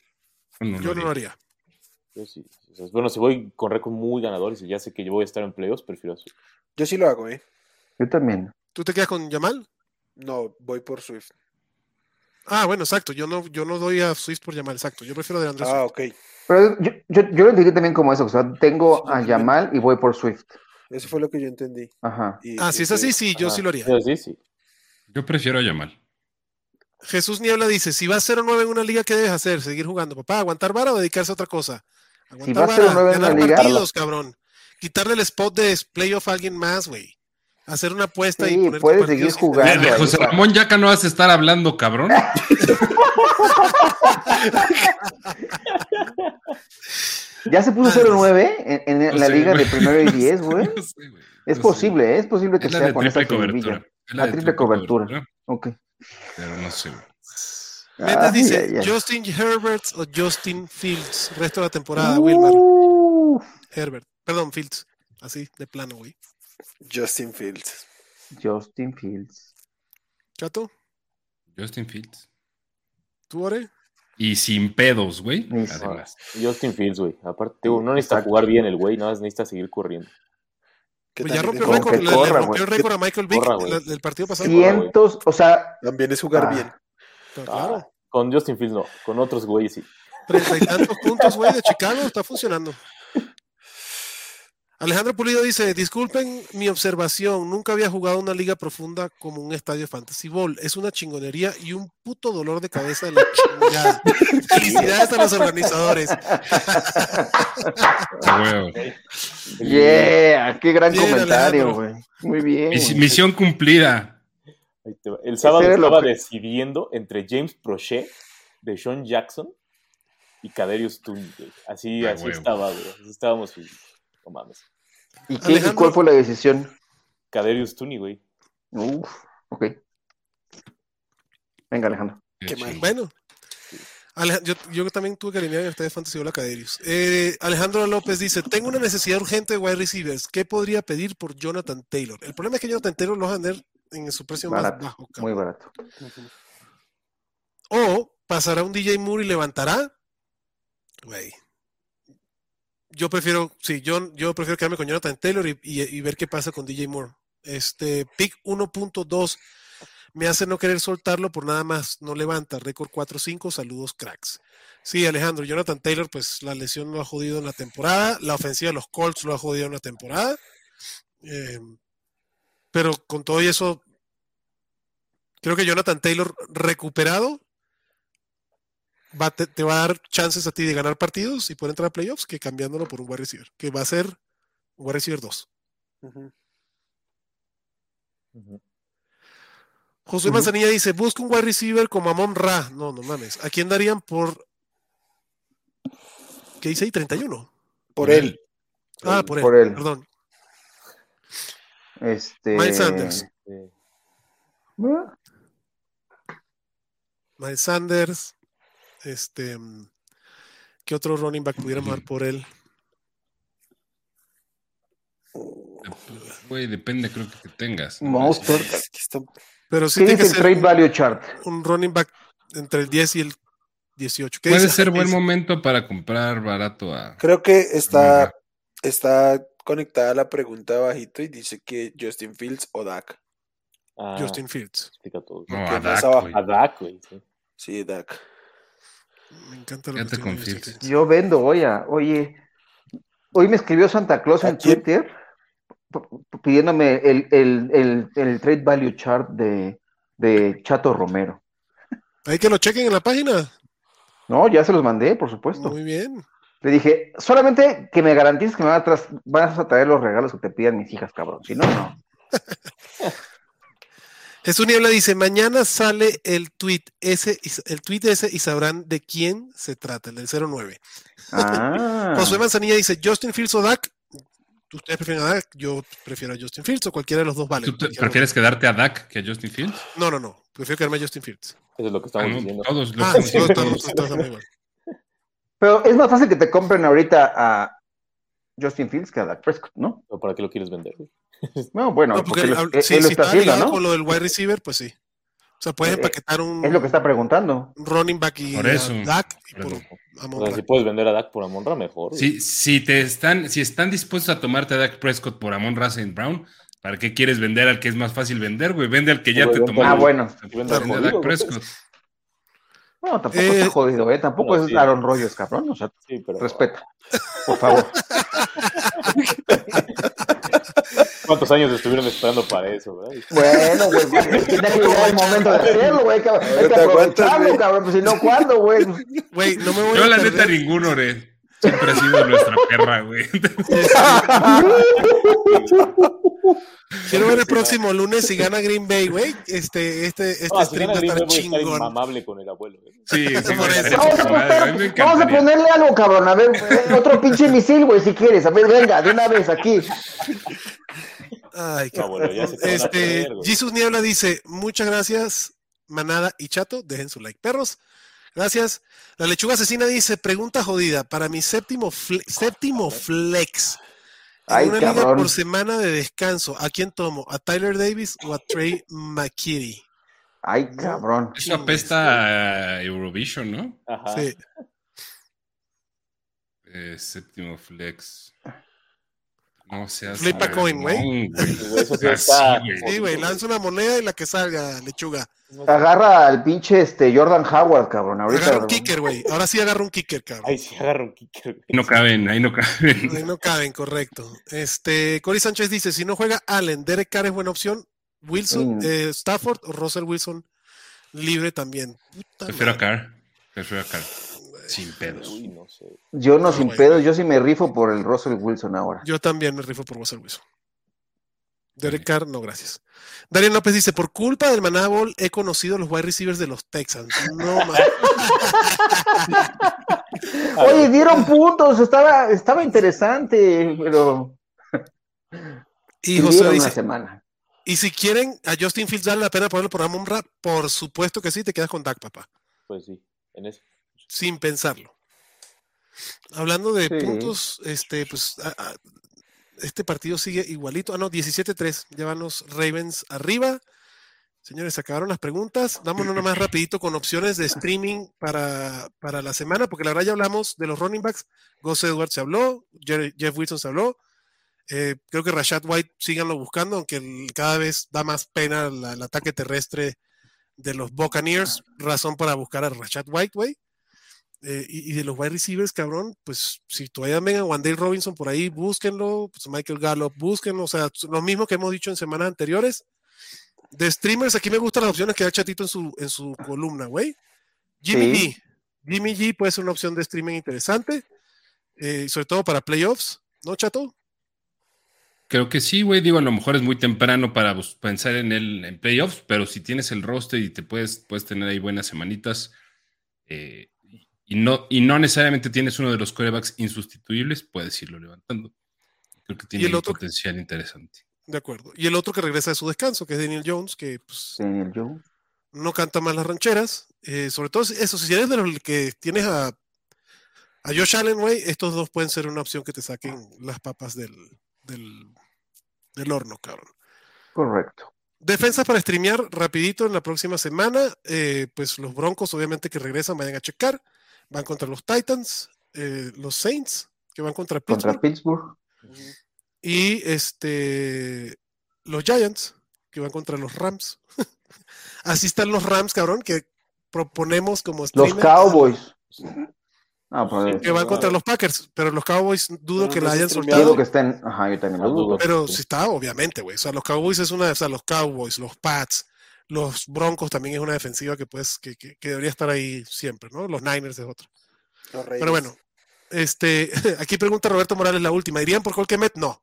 [SPEAKER 4] No
[SPEAKER 2] Yo no lo
[SPEAKER 4] haría.
[SPEAKER 2] haría.
[SPEAKER 3] Yo sí. O sea, bueno, si voy con récord muy ganador y si ya sé que yo voy a estar en playoffs, prefiero eso.
[SPEAKER 6] Yo sí lo hago, ¿eh?
[SPEAKER 5] yo también.
[SPEAKER 2] ¿Tú te quedas con Yamal?
[SPEAKER 6] No, voy por Swift.
[SPEAKER 2] Ah, bueno, exacto. Yo no, yo no doy a Swift por Yamal, exacto. Yo prefiero de Andrés.
[SPEAKER 6] Ah, ok.
[SPEAKER 5] Pero yo, yo, yo lo entendí también como eso. O sea, tengo a Yamal y voy por Swift.
[SPEAKER 6] Eso fue lo que yo entendí.
[SPEAKER 5] Ajá.
[SPEAKER 6] Y-
[SPEAKER 2] ah, si es así, sí, yo
[SPEAKER 6] Ajá.
[SPEAKER 2] sí lo haría.
[SPEAKER 3] Yo sí, sí.
[SPEAKER 4] Yo prefiero a Yamal.
[SPEAKER 2] Jesús Niebla dice, si vas 0-9 en una liga, ¿qué debes hacer? ¿Seguir jugando, papá? ¿Aguantar vara o dedicarse a otra cosa? Aguantar
[SPEAKER 5] vas
[SPEAKER 2] vara,
[SPEAKER 5] 0-9 en una
[SPEAKER 2] ganar
[SPEAKER 5] liga-
[SPEAKER 2] partidos, cabrón. Quitarle el spot de playoff a alguien más, güey. Hacer una apuesta
[SPEAKER 5] Sí,
[SPEAKER 2] y ponerte
[SPEAKER 5] puedes
[SPEAKER 2] partidos
[SPEAKER 5] seguir
[SPEAKER 2] sin
[SPEAKER 5] jugando.
[SPEAKER 2] ganar.
[SPEAKER 5] ahí
[SPEAKER 4] José
[SPEAKER 5] está.
[SPEAKER 4] Ramón Yaca no vas a estar hablando, cabrón.
[SPEAKER 5] ¿Ah, Ya se
[SPEAKER 4] Ah,
[SPEAKER 5] puso
[SPEAKER 2] Madres.
[SPEAKER 5] 0-9 en, en
[SPEAKER 4] No
[SPEAKER 5] la
[SPEAKER 4] sé,
[SPEAKER 5] liga de
[SPEAKER 4] pues güey.
[SPEAKER 5] primero y
[SPEAKER 4] No
[SPEAKER 5] 10,
[SPEAKER 4] sé,
[SPEAKER 5] güey.
[SPEAKER 4] no sé, güey.
[SPEAKER 5] Es
[SPEAKER 4] No sé.
[SPEAKER 5] posible, ¿eh? es posible que
[SPEAKER 4] Es la de
[SPEAKER 5] sea con esa
[SPEAKER 4] triple
[SPEAKER 5] servilla.
[SPEAKER 4] cobertura. Es la
[SPEAKER 5] Ah,
[SPEAKER 4] de
[SPEAKER 5] triple cobertura. Ok.
[SPEAKER 4] Pero no sé, güey.
[SPEAKER 2] Méndez
[SPEAKER 5] Ay,
[SPEAKER 2] dice,
[SPEAKER 5] ay, ay.
[SPEAKER 2] Justin Herbert o Justin Fields, resto de la temporada, Wilmar.
[SPEAKER 5] Uh,
[SPEAKER 2] Herbert, perdón, Fields. Así, de plano, güey.
[SPEAKER 6] Justin Fields.
[SPEAKER 5] Justin Fields.
[SPEAKER 2] Chato,
[SPEAKER 4] Justin Fields.
[SPEAKER 2] ¿tú, Ore?
[SPEAKER 4] Y sin pedos, güey.
[SPEAKER 5] Ni-
[SPEAKER 4] Además.
[SPEAKER 3] Justin Fields, güey. Aparte, digo, no necesita
[SPEAKER 5] Exacto.
[SPEAKER 3] jugar bien el güey, nada más necesita seguir corriendo.
[SPEAKER 6] que
[SPEAKER 2] Pues ya
[SPEAKER 6] también
[SPEAKER 2] rompió
[SPEAKER 6] es-
[SPEAKER 2] récord,
[SPEAKER 5] récord, que
[SPEAKER 2] le, le
[SPEAKER 5] corra, güey.
[SPEAKER 2] rompió el récord a Michael Vick
[SPEAKER 3] corra, güey.
[SPEAKER 2] la- del partido pasado.
[SPEAKER 3] Sí, güey.
[SPEAKER 5] Cientos, o sea,
[SPEAKER 6] También es jugar
[SPEAKER 5] Ah.
[SPEAKER 6] bien.
[SPEAKER 2] Pero Claro.
[SPEAKER 3] Ah, con Justin Fields no, con otros güeyes sí.
[SPEAKER 2] Treinta y tantos puntos, güey, de Chicago, está funcionando. Alejandro Pulido dice, disculpen mi observación, nunca había jugado una liga profunda como un estadio de Fantasy Bowl. Es una chingonería y un puto dolor de cabeza de la chingada. Felicidades a los organizadores.
[SPEAKER 4] Ah, güey.
[SPEAKER 5] yeah, qué gran
[SPEAKER 2] Bien,
[SPEAKER 5] comentario,
[SPEAKER 2] Alejandro.
[SPEAKER 5] güey. Muy bien.
[SPEAKER 4] Mis- Misión cumplida.
[SPEAKER 3] Ahí te va. El sábado
[SPEAKER 5] era lo
[SPEAKER 3] estaba
[SPEAKER 5] que-
[SPEAKER 3] decidiendo entre James Prochet, de Sean Jackson y Caderius Tooney, güey. Así,
[SPEAKER 4] Ah,
[SPEAKER 3] así
[SPEAKER 4] güey.
[SPEAKER 3] estaba, güey. Así estábamos. güey. No mames.
[SPEAKER 5] ¿Y, qué- y
[SPEAKER 2] Alejandro.
[SPEAKER 5] cuál fue la decisión?
[SPEAKER 3] Caderius Tooney, güey.
[SPEAKER 5] Uf, ok. Venga, Alejandro.
[SPEAKER 4] Qué
[SPEAKER 6] Qué mal.
[SPEAKER 4] chingón.
[SPEAKER 2] Bueno. Aleja- yo, yo también tuve que alinear en el estadio de Fantasy Bowl a Caderius. Eh, Alejandro López dice, tengo una necesidad urgente de wide receivers. ¿Qué podría pedir por Jonathan Taylor? El problema es que Jonathan Taylor lo van a vender en su precio más
[SPEAKER 5] Barato,
[SPEAKER 2] bajo. cabrón.
[SPEAKER 5] Muy barato.
[SPEAKER 2] O pasará un DJ Moore y levantará. Güey. Yo prefiero, sí, yo, yo prefiero quedarme con Jonathan Taylor y, y- y ver qué pasa con DJ Moore. Este, pick 1.2 me hace no querer soltarlo por nada más. No levanta. Récord 4-5. Saludos, cracks. Sí, Alejandro, Jonathan Taylor, pues la lesión lo ha jodido en la temporada. La ofensiva de los Colts lo ha jodido en la temporada. Eh, pero con todo y eso, creo que Jonathan Taylor recuperado va, te, te va a dar chances a ti de ganar partidos y poder entrar a playoffs que cambiándolo por un wide receiver, que va a ser un wide receiver 2.
[SPEAKER 6] Ujú.
[SPEAKER 2] José Manzanilla dice, busca un wide receiver como Amon Ra. No, no mames. ¿A quién darían por... ¿Qué dice ahí? 31.
[SPEAKER 6] Por él.
[SPEAKER 2] Ah, por él.
[SPEAKER 5] Por él.
[SPEAKER 2] Perdón.
[SPEAKER 5] Este.
[SPEAKER 2] Miles Sanders.
[SPEAKER 3] Eh,
[SPEAKER 5] ¿Ah?
[SPEAKER 2] Miles Sanders. Este. mm, ¿Qué otro running back pudiéramos dar por él?
[SPEAKER 4] pues, Güey, depende, creo que, que tengas. ¿no?
[SPEAKER 5] Monster.
[SPEAKER 6] Es que están-
[SPEAKER 2] Pero sí
[SPEAKER 5] ¿Qué
[SPEAKER 2] tiene que
[SPEAKER 5] dice
[SPEAKER 2] ser
[SPEAKER 5] el trade
[SPEAKER 2] un,
[SPEAKER 5] value chart?
[SPEAKER 2] un running back entre el 10 y el 18. ¿Qué
[SPEAKER 4] Puede
[SPEAKER 2] dice?
[SPEAKER 4] ser buen
[SPEAKER 2] Es-
[SPEAKER 4] momento para comprar barato a.
[SPEAKER 6] Creo que está,
[SPEAKER 4] Ajá.
[SPEAKER 6] está conectada la pregunta abajito y dice que Justin Fields o Dak.
[SPEAKER 3] ah,
[SPEAKER 2] Justin Fields.
[SPEAKER 3] explica todo.
[SPEAKER 4] No,
[SPEAKER 6] porque
[SPEAKER 4] a
[SPEAKER 6] no es
[SPEAKER 4] Dak,
[SPEAKER 6] abajo.
[SPEAKER 4] güey.
[SPEAKER 3] A Dak, güey. sí.
[SPEAKER 6] Sí, Dak.
[SPEAKER 2] Me encanta lo
[SPEAKER 4] Ya
[SPEAKER 2] que
[SPEAKER 4] te
[SPEAKER 2] tiene Justin
[SPEAKER 4] confieso.
[SPEAKER 2] Fields.
[SPEAKER 5] Yo vendo, oye, oye. Hoy me escribió Santa Claus
[SPEAKER 6] ¿A
[SPEAKER 5] en
[SPEAKER 6] quién?
[SPEAKER 5] Twitter p- p- pidiéndome el, el, el, el trade value chart de, de Chato Romero.
[SPEAKER 2] Hay que lo chequen en la página.
[SPEAKER 5] No, ya se los mandé, por supuesto.
[SPEAKER 2] Muy bien.
[SPEAKER 5] Le dije, solamente que me garantices que me vas a, tras- vas a traer los regalos que te pidan mis hijas, cabrón. Si no, no.
[SPEAKER 2] Jesús Niebla dice, mañana sale el tweet ese, y- el tweet ese y sabrán de quién se trata, el del 09.
[SPEAKER 5] Ah.
[SPEAKER 2] Josué Manzanilla dice, Justin Fields o Dak. Ustedes prefieren a Dak, yo prefiero a Justin Fields o cualquiera de los dos vale. pues
[SPEAKER 4] ¿Tú te-
[SPEAKER 2] Cualquiera de los-
[SPEAKER 4] prefieres quedarte a Dak que a Justin Fields?
[SPEAKER 2] No, no, no. Prefiero quedarme a Justin Fields.
[SPEAKER 3] Eso es lo que
[SPEAKER 4] Ah,
[SPEAKER 3] estamos
[SPEAKER 4] no,
[SPEAKER 3] diciendo.
[SPEAKER 4] todos los
[SPEAKER 2] Ah,
[SPEAKER 4] estamos
[SPEAKER 2] sí, no,
[SPEAKER 4] diciendo
[SPEAKER 2] estamos-
[SPEAKER 4] todos.
[SPEAKER 2] estamos también igual.
[SPEAKER 5] Pero es más fácil que te compren ahorita a Justin Fields que a Dak Prescott, ¿no?
[SPEAKER 3] ¿O ¿Para qué lo quieres vender? güey?
[SPEAKER 5] No, bueno,
[SPEAKER 2] No, porque
[SPEAKER 5] porque,
[SPEAKER 2] él,
[SPEAKER 5] lo-
[SPEAKER 2] habla-
[SPEAKER 5] él
[SPEAKER 2] si,
[SPEAKER 5] lo
[SPEAKER 2] si
[SPEAKER 5] está
[SPEAKER 2] está
[SPEAKER 5] haciendo,
[SPEAKER 2] ligado
[SPEAKER 5] ¿no?
[SPEAKER 2] con lo del wide receiver, pues sí. O sea, puedes
[SPEAKER 5] Eh,
[SPEAKER 2] empaquetar un
[SPEAKER 5] Es lo que está preguntando.
[SPEAKER 2] un running back y
[SPEAKER 4] Por
[SPEAKER 2] a
[SPEAKER 4] eso.
[SPEAKER 2] Dak y por
[SPEAKER 4] Pero-
[SPEAKER 2] Amon
[SPEAKER 3] O sea, si
[SPEAKER 2] Ra.
[SPEAKER 3] puedes vender a Dak por Amonra, mejor. güey.
[SPEAKER 4] Si, si te están, si están dispuestos a tomarte a Dak Prescott por Amon Ra St. Brown, ¿para qué quieres vender al que es más fácil vender, güey? Vende al que ya
[SPEAKER 3] Güey,
[SPEAKER 4] te
[SPEAKER 3] vende
[SPEAKER 4] tomaron.
[SPEAKER 5] Ah, bueno.
[SPEAKER 4] Vende
[SPEAKER 2] Claro.
[SPEAKER 4] a
[SPEAKER 3] Jodido,
[SPEAKER 4] Dak
[SPEAKER 3] güey.
[SPEAKER 4] Prescott.
[SPEAKER 5] No, tampoco
[SPEAKER 2] Eh,
[SPEAKER 5] está jodido, ¿eh? Tampoco
[SPEAKER 3] bueno,
[SPEAKER 5] es
[SPEAKER 3] sí.
[SPEAKER 5] Aaron Rodgers, cabrón. O sea,
[SPEAKER 3] Sí, pero.
[SPEAKER 5] respeta. Por favor.
[SPEAKER 3] ¿Cuántos años estuvieron esperando para eso, verdad?
[SPEAKER 5] Bueno, güey, güey, es que tiene que llegar el momento de hacerlo, güey, cabrón. Hay que
[SPEAKER 6] te aguantas,
[SPEAKER 5] aprovecharlo,
[SPEAKER 6] güey.
[SPEAKER 5] cabrón. Pues si no, ¿cuándo, güey?
[SPEAKER 2] Güey, no me voy
[SPEAKER 4] Yo,
[SPEAKER 2] a
[SPEAKER 4] la
[SPEAKER 2] perder.
[SPEAKER 4] neta, ninguno, Ore. Siempre ha sido nuestra perra, güey.
[SPEAKER 2] Quiero ver el próximo lunes si gana Green Bay, güey. Este, este, este
[SPEAKER 3] Ah, si
[SPEAKER 2] stream va
[SPEAKER 3] gana
[SPEAKER 2] a estar
[SPEAKER 3] Green Bay, voy a estar
[SPEAKER 2] chingón.
[SPEAKER 3] inmamable con el abuelo. ¿eh? güey.
[SPEAKER 4] Sí, sí,
[SPEAKER 2] Por
[SPEAKER 4] güey,
[SPEAKER 2] eso.
[SPEAKER 4] estaría
[SPEAKER 5] Vamos a,
[SPEAKER 4] poca madre, a mí me
[SPEAKER 5] poner- vamos a
[SPEAKER 4] encantaría.
[SPEAKER 5] ponerle algo, cabrón. A ver, eh, otro pinche misil, güey, si quieres. A ver, venga, de una vez aquí.
[SPEAKER 2] Ay, qué
[SPEAKER 3] No, bueno, ya se te van a
[SPEAKER 2] Este,
[SPEAKER 3] perder, güey.
[SPEAKER 2] Jesus Niebla dice, muchas gracias, manada y chato, dejen su like, perros. Gracias. La lechuga asesina dice, pregunta jodida, para mi séptimo, fle- séptimo flex. En
[SPEAKER 5] Ay,
[SPEAKER 2] una liga
[SPEAKER 5] cabrón.
[SPEAKER 2] por semana de descanso, ¿a quién tomo? ¿A Tyler Davis o a Trey McKitty?
[SPEAKER 5] Ay, cabrón.
[SPEAKER 4] Eso apesta a Eurovision, ¿no?
[SPEAKER 3] Ajá.
[SPEAKER 2] Sí.
[SPEAKER 4] Eh, séptimo flex. No seas.
[SPEAKER 2] Flip a coin, güey.
[SPEAKER 4] mamón,
[SPEAKER 3] Güey, Eso sí
[SPEAKER 4] Ah,
[SPEAKER 3] está.
[SPEAKER 4] sí, güey.
[SPEAKER 2] Sí, güey, lanza una moneda y la que salga, lechuga.
[SPEAKER 5] Agarra al pinche este Jordan Howard, cabrón. Ahorita.
[SPEAKER 2] Agarra un kicker, güey. Ahora sí agarra un kicker, cabrón.
[SPEAKER 3] Ay, sí, agarra un kicker, güey.
[SPEAKER 4] Ahí no caben, ahí no caben.
[SPEAKER 2] Ahí no caben, correcto. Este, Cory Sánchez dice: si no juega Allen, Derek Carr es buena opción. Wilson,
[SPEAKER 5] Mm.
[SPEAKER 2] eh, Stafford o Russell Wilson libre también. Puta
[SPEAKER 4] Prefiero a
[SPEAKER 2] madre.
[SPEAKER 4] Carr. Prefiero a Carr. Sin pedos.
[SPEAKER 3] Uy, no sé.
[SPEAKER 5] Yo no
[SPEAKER 2] Ah,
[SPEAKER 5] sin
[SPEAKER 2] güey.
[SPEAKER 5] pedos, yo sí me rifo por el Russell Wilson ahora.
[SPEAKER 2] Yo también me rifo por Russell Wilson. Derek Carr, no, gracias. Daniel López dice: por culpa del Maná Bowl he conocido los wide receivers de los Texans. No más.
[SPEAKER 5] Oye, dieron puntos, estaba, estaba interesante, pero
[SPEAKER 2] Y José
[SPEAKER 5] dieron una
[SPEAKER 2] dice:
[SPEAKER 5] semana.
[SPEAKER 2] y si quieren a Justin Fields, darle la pena ponerlo por Amon Ra, por supuesto que sí, te quedas con Dak, papá.
[SPEAKER 3] Pues sí, en eso.
[SPEAKER 2] sin pensarlo. Hablando de
[SPEAKER 5] Sí.
[SPEAKER 2] puntos, este, pues a- a- este partido sigue igualito. Ah, no, 17-3. Ya van los Ravens arriba. Señores, se acabaron las preguntas. Vámonos nomás rapidito con opciones de streaming para, para la semana, porque la verdad ya hablamos de los running backs. Gus Edwards se habló, Jer- Jeff Wilson se habló. Eh, creo que Rashad White síganlo buscando, aunque el- cada vez da más pena la- el ataque terrestre de los Buccaneers. Razón para buscar a Rashad White, güey. Eh, y, y de los wide receivers, cabrón, pues si todavía ven a Wandale Robinson por ahí, búsquenlo, pues, Michael Gallup, búsquenlo, o sea, lo mismo que hemos dicho en semanas anteriores. De streamers, aquí me gustan las opciones que da Chatito en su, en su columna, güey. Jimmy
[SPEAKER 5] Sí.
[SPEAKER 2] G. Jimmy G puede ser una opción de streaming interesante, eh, sobre todo para playoffs, ¿no, Chato?
[SPEAKER 4] Creo que sí, güey. Digo, a lo mejor es muy temprano para pues, pensar en el en playoffs, pero si tienes el roster y te puedes, puedes tener ahí buenas semanitas eh, y, no, y no necesariamente tienes uno de los corebacks insustituibles, puedes irlo levantando. Creo que tiene
[SPEAKER 2] el
[SPEAKER 4] un
[SPEAKER 2] otro-
[SPEAKER 4] potencial interesante.
[SPEAKER 2] De acuerdo. Y el otro que regresa de su descanso, que es Daniel Jones, que pues,
[SPEAKER 5] Daniel Jones.
[SPEAKER 2] no canta más las rancheras. Eh, sobre todo, si- eso, si eres de los que tienes a, a Josh Allen, güey, estos dos pueden ser una opción que te saquen las papas del, del, del horno, cabrón.
[SPEAKER 5] Correcto.
[SPEAKER 2] Defensas para streamear rapidito en la próxima semana. eh, pues los Broncos, obviamente, que regresan, vayan a checar. Van contra los Titans, eh, los Saints, que van contra Pittsburgh.
[SPEAKER 5] Contra Pittsburgh.
[SPEAKER 2] Y este los Giants, que van contra los Rams. Así están los Rams, cabrón, que proponemos como
[SPEAKER 5] Los
[SPEAKER 2] streamer,
[SPEAKER 5] Cowboys. Ah, pues,
[SPEAKER 2] Que van contra los Packers, pero los Cowboys dudo
[SPEAKER 6] Pero
[SPEAKER 2] que
[SPEAKER 6] no
[SPEAKER 2] la
[SPEAKER 6] se
[SPEAKER 2] hayan
[SPEAKER 6] streamearon.
[SPEAKER 2] soltado.
[SPEAKER 5] dudo que estén. Ajá, yo también lo
[SPEAKER 3] Ah,
[SPEAKER 5] dudo.
[SPEAKER 3] dudo.
[SPEAKER 2] Pero sí está, obviamente, güey. O sea, los Cowboys es una, o sea, los Cowboys, los Pats, los Broncos también es una defensiva que pues, que, que- que debería estar ahí siempre, ¿no? Los Niners es otra.
[SPEAKER 6] Los Ravens.
[SPEAKER 2] Pero bueno, este, aquí pregunta Roberto Morales la última. ¿Irían por Colquemet? No.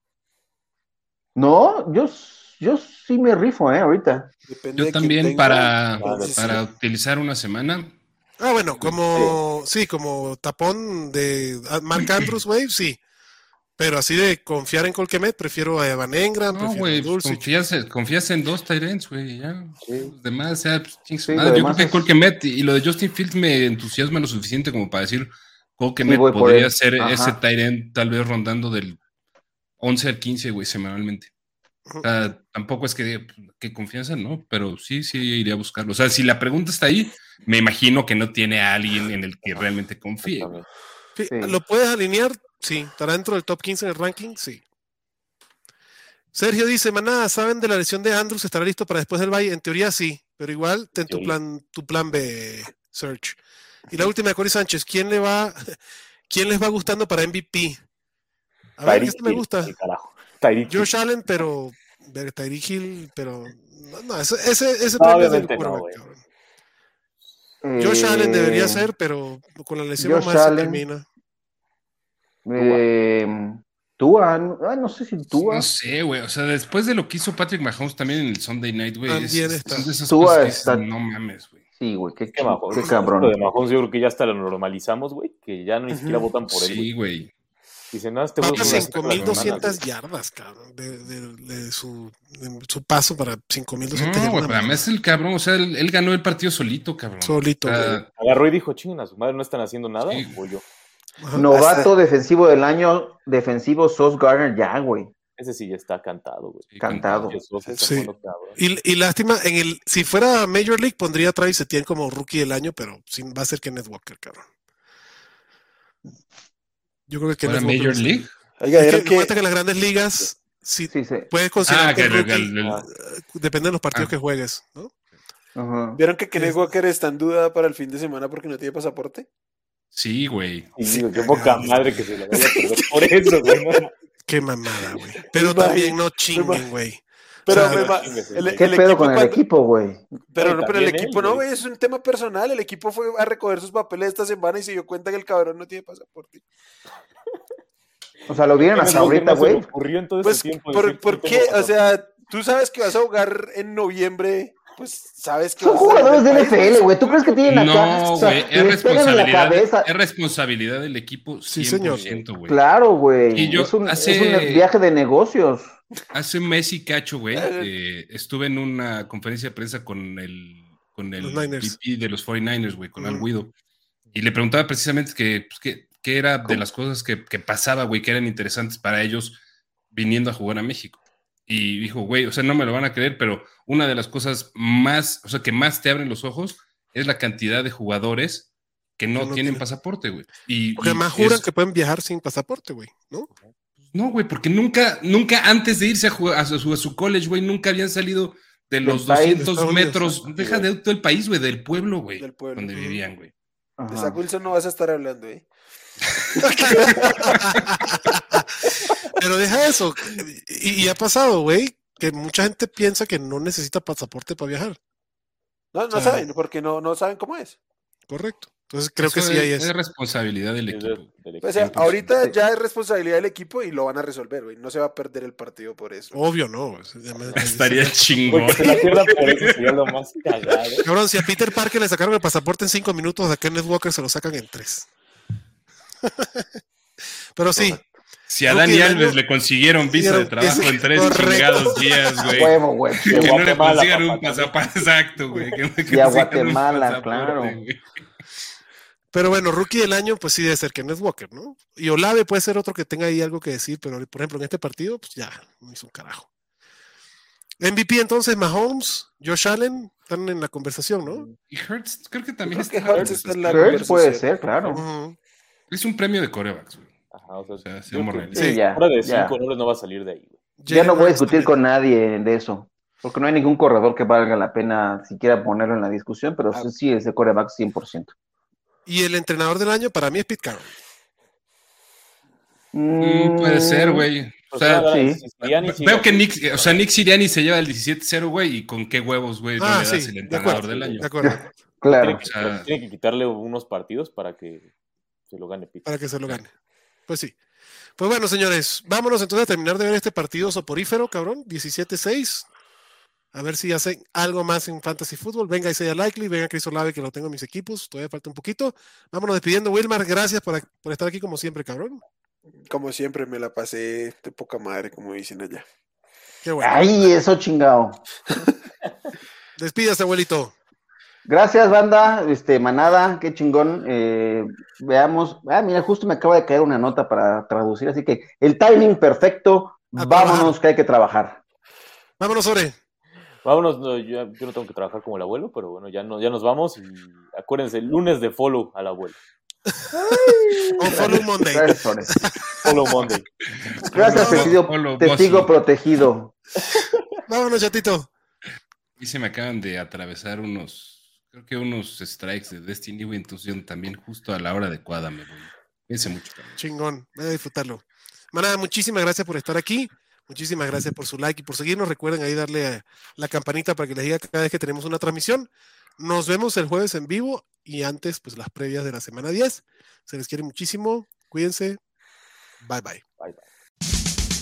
[SPEAKER 5] No, yo, yo sí me rifo, ¿eh? Ahorita.
[SPEAKER 6] Depende
[SPEAKER 4] Yo
[SPEAKER 6] de quién
[SPEAKER 4] también
[SPEAKER 6] tenga.
[SPEAKER 4] para,
[SPEAKER 6] Entonces,
[SPEAKER 4] para
[SPEAKER 6] sí.
[SPEAKER 4] utilizar una semana.
[SPEAKER 2] Ah, bueno,
[SPEAKER 4] Este,
[SPEAKER 2] como, sí, como tapón de ah, Mark Andrews, güey, sí. Pero así de confiar en Colquemet, prefiero a Evan Engram,
[SPEAKER 4] No,
[SPEAKER 2] prefiero a
[SPEAKER 4] güey, pues,
[SPEAKER 2] Dulcich.
[SPEAKER 4] confías, confías en dos Tyrants, güey, ya.
[SPEAKER 6] Sí.
[SPEAKER 4] Los demás, o sea, pues, chingue su
[SPEAKER 5] Sí,
[SPEAKER 4] madre.
[SPEAKER 5] lo
[SPEAKER 4] Yo
[SPEAKER 5] demás
[SPEAKER 4] creo que
[SPEAKER 5] es-
[SPEAKER 4] Colquemet y lo de Justin Fields me entusiasma lo suficiente como para decir Colquemet
[SPEAKER 5] voy por
[SPEAKER 4] podría
[SPEAKER 5] él.
[SPEAKER 4] ser
[SPEAKER 5] Ajá.
[SPEAKER 4] ese Tyrant tal vez rondando del 11 al 15, güey, semanalmente. O sea, tampoco es que diga, pues, qué confianza, ¿no? Pero sí, sí, iría a buscarlo. O sea, si la pregunta está ahí, me imagino que no tiene a alguien en el que realmente confíe.
[SPEAKER 3] También.
[SPEAKER 2] Sí,
[SPEAKER 4] pues,
[SPEAKER 5] Sí.
[SPEAKER 2] ¿Lo puedes alinear? Sí. ¿Estará dentro del top 15 en el ranking? Sí. Sergio dice, maná, ¿saben de la lesión de Andrews? ¿Estará listo para después del bye? En teoría sí, pero igual ten tu
[SPEAKER 3] teoría.
[SPEAKER 2] plan, tu plan B, Search. Y la última de Cory Sánchez, ¿quién le va, quién les va gustando para MVP? A ver,
[SPEAKER 3] Tyreek
[SPEAKER 2] este me
[SPEAKER 3] Hill,
[SPEAKER 2] gusta.
[SPEAKER 3] el carajo. Tyreek Hill.
[SPEAKER 2] Josh Allen, pero ver, Tyreek Hill, pero no, no, ese, ese, ese
[SPEAKER 3] No,
[SPEAKER 2] premio es del
[SPEAKER 3] obviamente no,
[SPEAKER 2] quarterback,
[SPEAKER 3] güey.
[SPEAKER 2] cabrón. Josh Allen
[SPEAKER 5] Eh,
[SPEAKER 2] debería ser, pero con la lesión
[SPEAKER 5] Josh
[SPEAKER 2] más se
[SPEAKER 5] Allen.
[SPEAKER 2] termina.
[SPEAKER 5] Eh, Tua, no- ah, no sé si Tua.
[SPEAKER 4] No sé, güey. O sea, después de lo que hizo Patrick Mahomes también en el Sunday Night, güey. es-
[SPEAKER 2] También
[SPEAKER 4] es-
[SPEAKER 2] está.
[SPEAKER 4] son de esas
[SPEAKER 5] Tua
[SPEAKER 4] cosas que
[SPEAKER 5] está-
[SPEAKER 4] dices, no mames, güey.
[SPEAKER 5] Sí, güey, qué,
[SPEAKER 3] Es que Mahomes,
[SPEAKER 5] qué
[SPEAKER 3] esto
[SPEAKER 5] cabrón.
[SPEAKER 3] de Mahomes yo creo que ya hasta lo normalizamos, güey, que ya ni siquiera
[SPEAKER 6] Ujú.
[SPEAKER 3] votan por él,
[SPEAKER 4] Sí,
[SPEAKER 3] güey.
[SPEAKER 4] güey.
[SPEAKER 3] Dicen, no, este güey
[SPEAKER 2] Papa
[SPEAKER 3] es una-
[SPEAKER 2] 5200 yardas, cabrón, de, de- de su, de su paso para 5200
[SPEAKER 4] No, güey,
[SPEAKER 2] yardas.
[SPEAKER 4] pero además el cabrón, o sea, él, él ganó el partido solito, cabrón.
[SPEAKER 2] Solito,
[SPEAKER 4] O sea,
[SPEAKER 2] güey.
[SPEAKER 3] Agarró y dijo, chingan a su madre, no están haciendo nada,
[SPEAKER 4] Sí.
[SPEAKER 3] o yo.
[SPEAKER 2] Ajá.
[SPEAKER 5] Novato defensivo del año, defensivo Sos Garner, ya, güey.
[SPEAKER 3] Ese sí ya está cantado, güey.
[SPEAKER 4] sí,
[SPEAKER 5] Cantado.
[SPEAKER 3] Jesús, está
[SPEAKER 2] Sí.
[SPEAKER 3] jugando cabrón.
[SPEAKER 2] Y, y lástima, en el, si fuera Major League pondría a Travis Etienne como rookie del año, pero sin, va a ser Kenneth Walker, cabrón. Yo creo que
[SPEAKER 4] ¿Fuera
[SPEAKER 2] Kenneth Walker
[SPEAKER 4] Major
[SPEAKER 2] es el-
[SPEAKER 4] League?
[SPEAKER 2] Es
[SPEAKER 6] Oiga,
[SPEAKER 2] que
[SPEAKER 6] ¿vieron
[SPEAKER 2] acuérdate
[SPEAKER 6] que-
[SPEAKER 2] que en las grandes ligas sí
[SPEAKER 5] Sí, sí.
[SPEAKER 2] puedes considerar
[SPEAKER 4] Ah,
[SPEAKER 2] que
[SPEAKER 4] que
[SPEAKER 2] el
[SPEAKER 4] el-
[SPEAKER 2] rookie,
[SPEAKER 4] el- el-
[SPEAKER 3] Ah.
[SPEAKER 2] depende de los partidos
[SPEAKER 4] Ah.
[SPEAKER 2] que juegues, ¿no?
[SPEAKER 5] Ajá.
[SPEAKER 6] ¿Vieron que Kenneth
[SPEAKER 2] Es-
[SPEAKER 6] Walker está en duda para el fin de semana porque no tiene pasaporte?
[SPEAKER 4] sí, güey.
[SPEAKER 3] Y
[SPEAKER 6] Sí,
[SPEAKER 3] digo, qué poca
[SPEAKER 2] cagado.
[SPEAKER 3] madre que se la vaya a perder por eso, güey. no.
[SPEAKER 2] Qué mamada, güey. Pero
[SPEAKER 6] imagino,
[SPEAKER 2] también no
[SPEAKER 6] imagino.
[SPEAKER 2] chinguen, güey.
[SPEAKER 6] Pero,
[SPEAKER 2] O sea,
[SPEAKER 6] me va-
[SPEAKER 3] chingues,
[SPEAKER 6] el- e-,
[SPEAKER 3] güey.
[SPEAKER 5] ¿Qué
[SPEAKER 6] el
[SPEAKER 5] pedo con el
[SPEAKER 6] cuando-
[SPEAKER 5] equipo, güey?
[SPEAKER 6] Pero,
[SPEAKER 3] No, y
[SPEAKER 6] no, pero el
[SPEAKER 3] también él,
[SPEAKER 6] equipo no,
[SPEAKER 3] güey.
[SPEAKER 6] güey, es un tema personal. El equipo fue a recoger sus papeles esta semana y se dio cuenta que el cabrón no tiene pasaporte.
[SPEAKER 5] O sea, lo vieron hasta
[SPEAKER 3] Menos mal que
[SPEAKER 5] ahorita,
[SPEAKER 3] no se le
[SPEAKER 5] güey.
[SPEAKER 3] ocurrió en todo ese
[SPEAKER 6] Pues,
[SPEAKER 3] tiempo
[SPEAKER 6] ¿por,
[SPEAKER 3] decir,
[SPEAKER 6] por
[SPEAKER 3] no tengo
[SPEAKER 6] qué? O
[SPEAKER 3] razón.
[SPEAKER 6] sea, tú sabes que vas a jugar en noviembre, pues sabes que.
[SPEAKER 5] Son
[SPEAKER 6] vas a estar
[SPEAKER 5] jugadores de
[SPEAKER 6] en el país,
[SPEAKER 5] NFL, güey. ¿Tú crees que tienen acá?
[SPEAKER 4] No,
[SPEAKER 5] o sea,
[SPEAKER 4] güey, es
[SPEAKER 5] les pegan en la
[SPEAKER 4] responsabilidad,
[SPEAKER 5] cabeza.
[SPEAKER 4] es responsabilidad del equipo 100%,
[SPEAKER 2] Sí, señor.
[SPEAKER 4] güey.
[SPEAKER 5] Claro,
[SPEAKER 4] Y
[SPEAKER 5] güey.
[SPEAKER 4] yo
[SPEAKER 5] Es un,
[SPEAKER 4] hace-
[SPEAKER 5] es un viaje de negocios.
[SPEAKER 4] Hace un mes y cacho, güey, eh, estuve en una conferencia de prensa con el, con el
[SPEAKER 2] Los Niners. Mm.
[SPEAKER 4] VP de los 49ers, güey, con Al
[SPEAKER 2] Ujú.
[SPEAKER 4] Guido. Y le preguntaba precisamente que, pues, que- qué era de las cosas que, que pasaba, güey, que eran interesantes para ellos viniendo a jugar a México. Y dijo, güey, o sea, no me lo van a creer, pero una de las cosas más, o sea, que más te abren los ojos es la cantidad de jugadores que no,
[SPEAKER 2] Que no
[SPEAKER 4] tienen,
[SPEAKER 2] tienen.
[SPEAKER 4] pasaporte, güey. Y,
[SPEAKER 2] Porque
[SPEAKER 4] y
[SPEAKER 2] además juran
[SPEAKER 4] es-
[SPEAKER 2] que pueden viajar sin pasaporte, güey, ¿no?
[SPEAKER 4] no, güey, porque nunca, nunca antes de irse a, jugar, a, su, a su college, güey, nunca habían salido de los
[SPEAKER 5] país, de
[SPEAKER 4] 200
[SPEAKER 2] Estados Unidos,
[SPEAKER 4] metros.
[SPEAKER 2] ajá.
[SPEAKER 4] Deja de todo el país, güey, del pueblo, güey.
[SPEAKER 6] Del pueblo.
[SPEAKER 4] Donde Ah. vivían, güey.
[SPEAKER 6] De
[SPEAKER 5] Ajá.
[SPEAKER 6] Zach Wilson no vas a estar hablando, ¿eh?
[SPEAKER 2] Pero deja eso. Y, y ha pasado, güey, que mucha gente piensa que no necesita pasaporte para viajar,
[SPEAKER 6] No, no
[SPEAKER 2] Ah.
[SPEAKER 6] saben, porque no, no saben cómo es.
[SPEAKER 2] correcto. Entonces creo
[SPEAKER 4] Eso
[SPEAKER 2] que sí
[SPEAKER 4] es,
[SPEAKER 2] hay eso.
[SPEAKER 4] es responsabilidad del
[SPEAKER 3] Es de-
[SPEAKER 4] equipo.
[SPEAKER 3] del
[SPEAKER 6] O sea,
[SPEAKER 3] equipo.
[SPEAKER 6] ahorita
[SPEAKER 5] Sí.
[SPEAKER 6] ya es responsabilidad del equipo y lo van a resolver, güey. No se va a perder el partido por eso.
[SPEAKER 4] Oh.
[SPEAKER 2] Obvio, no. güey. Además,
[SPEAKER 4] Estaría chingón.
[SPEAKER 3] Güey, que se la pierda por eso sería lo más cagado.
[SPEAKER 2] Cabrón, si a Peter Parker le sacaron el pasaporte en cinco minutos, a Kenneth Walker se lo sacan en tres. Pero sí,
[SPEAKER 4] Si a Dani
[SPEAKER 2] Rookie del
[SPEAKER 4] Alves
[SPEAKER 2] año.
[SPEAKER 4] le consiguieron visa de
[SPEAKER 2] Consiguieron
[SPEAKER 4] trabajo
[SPEAKER 2] visa.
[SPEAKER 4] en tres
[SPEAKER 2] Correcto.
[SPEAKER 4] chingados días, güey.
[SPEAKER 5] Huevo, güey.
[SPEAKER 4] Que no le
[SPEAKER 3] Guatemala,
[SPEAKER 4] consigan un
[SPEAKER 3] papá.
[SPEAKER 4] pasaporte exacto, güey. Que no le
[SPEAKER 5] Y a
[SPEAKER 4] consigan un
[SPEAKER 5] Guatemala,
[SPEAKER 4] pasaporte,
[SPEAKER 5] claro.
[SPEAKER 4] güey.
[SPEAKER 2] Pero bueno, rookie del año, pues sí debe ser Kenneth Walker, ¿no? Y Olave puede ser otro que tenga ahí algo que decir, pero por ejemplo en este partido, pues ya, no hizo un carajo. MVP entonces, Mahomes, Josh Allen, están en la conversación, ¿no?
[SPEAKER 4] Y Hurts, creo que también
[SPEAKER 6] Creo que
[SPEAKER 4] está.
[SPEAKER 6] Hurts está en la
[SPEAKER 5] Hurts puede
[SPEAKER 6] conversación.
[SPEAKER 5] ser, claro.
[SPEAKER 2] Ujú.
[SPEAKER 4] Es un premio de corebacks, güey.
[SPEAKER 3] Ajá, o sea,
[SPEAKER 4] O sea,
[SPEAKER 3] yo
[SPEAKER 4] seamos
[SPEAKER 3] creo
[SPEAKER 4] realistas.
[SPEAKER 3] que
[SPEAKER 5] Sí, ya.
[SPEAKER 3] fuera de
[SPEAKER 5] ya.
[SPEAKER 3] cinco nombres no va a salir de ahí, güey.
[SPEAKER 5] Ya no voy a
[SPEAKER 2] Jalen
[SPEAKER 5] discutir
[SPEAKER 2] Hurts
[SPEAKER 5] con nadie de eso, porque no hay ningún corredor que valga la pena siquiera ponerlo en la discusión, pero
[SPEAKER 3] Ah.
[SPEAKER 5] sí, sí es de coreback 100%.
[SPEAKER 2] también. Y el entrenador del año para mí es Pete Carroll.
[SPEAKER 4] Mm, puede ser, güey.
[SPEAKER 3] pues
[SPEAKER 4] O sea,
[SPEAKER 5] sea, sí.
[SPEAKER 3] si Sirianni sigue
[SPEAKER 4] Veo que
[SPEAKER 3] así,
[SPEAKER 4] Nick, o sea, Nick Siriani se lleva el 17-0, güey, y con qué huevos, güey, no
[SPEAKER 2] Ah,
[SPEAKER 4] le das
[SPEAKER 2] sí,
[SPEAKER 4] el
[SPEAKER 2] de
[SPEAKER 4] entrenador
[SPEAKER 2] acuerdo.
[SPEAKER 4] del año.
[SPEAKER 2] De acuerdo,
[SPEAKER 5] Claro.
[SPEAKER 3] tiene que,
[SPEAKER 4] o sea-
[SPEAKER 3] tiene que quitarle unos partidos para que se lo gane Pete.
[SPEAKER 2] para que se lo gane. Pues sí. Pues bueno, señores, vámonos entonces a terminar de ver este partido soporífero, cabrón, 17-6. A ver si hacen algo más en Fantasy Football. Venga Isaiah Likely, venga Chris Olave, que lo tengo en mis equipos. Todavía falta un poquito. Vámonos despidiendo, Wilmar. Gracias por, por estar aquí como siempre, cabrón.
[SPEAKER 6] Como siempre, me la pasé de poca madre, como dicen allá.
[SPEAKER 2] Qué bueno.
[SPEAKER 5] Ay, eso chingado.
[SPEAKER 2] Despídase, abuelito.
[SPEAKER 5] Gracias, banda, este, manada, qué chingón. eh, veamos. Ah, mira, justo me acaba de caer una nota para traducir, así que el timing perfecto.
[SPEAKER 2] A
[SPEAKER 5] Vámonos, que hay que trabajar.
[SPEAKER 2] Vámonos, Ore.
[SPEAKER 3] Vámonos, no, yo, yo no tengo que trabajar como el abuelo, pero bueno, ya, no, ya nos vamos. Y acuérdense, lunes de follow al abuelo.
[SPEAKER 2] O follow Monday.
[SPEAKER 5] Gracias, Flores.
[SPEAKER 3] Follow Monday.
[SPEAKER 5] Gracias,
[SPEAKER 2] Polo-
[SPEAKER 5] testigo,
[SPEAKER 4] Polo
[SPEAKER 5] testigo
[SPEAKER 4] Bossi.
[SPEAKER 5] protegido.
[SPEAKER 2] Vámonos, chatito.
[SPEAKER 4] Y se me acaban de atravesar unos, creo que unos strikes de Destiny, güey, entonces yo también justo a la hora adecuada me voy. Cuídense mucho, cabrón.
[SPEAKER 2] Chingón, voy a disfrutarlo. Manada, muchísimas gracias por estar aquí. Muchísimas gracias por su like y por seguirnos. Recuerden ahí darle a la campanita para que les diga cada vez que tenemos una transmisión. Nos vemos el jueves en vivo y antes, pues las previas de la semana 10. Se les quiere muchísimo. Cuídense. Bye bye.
[SPEAKER 3] Bye, bye.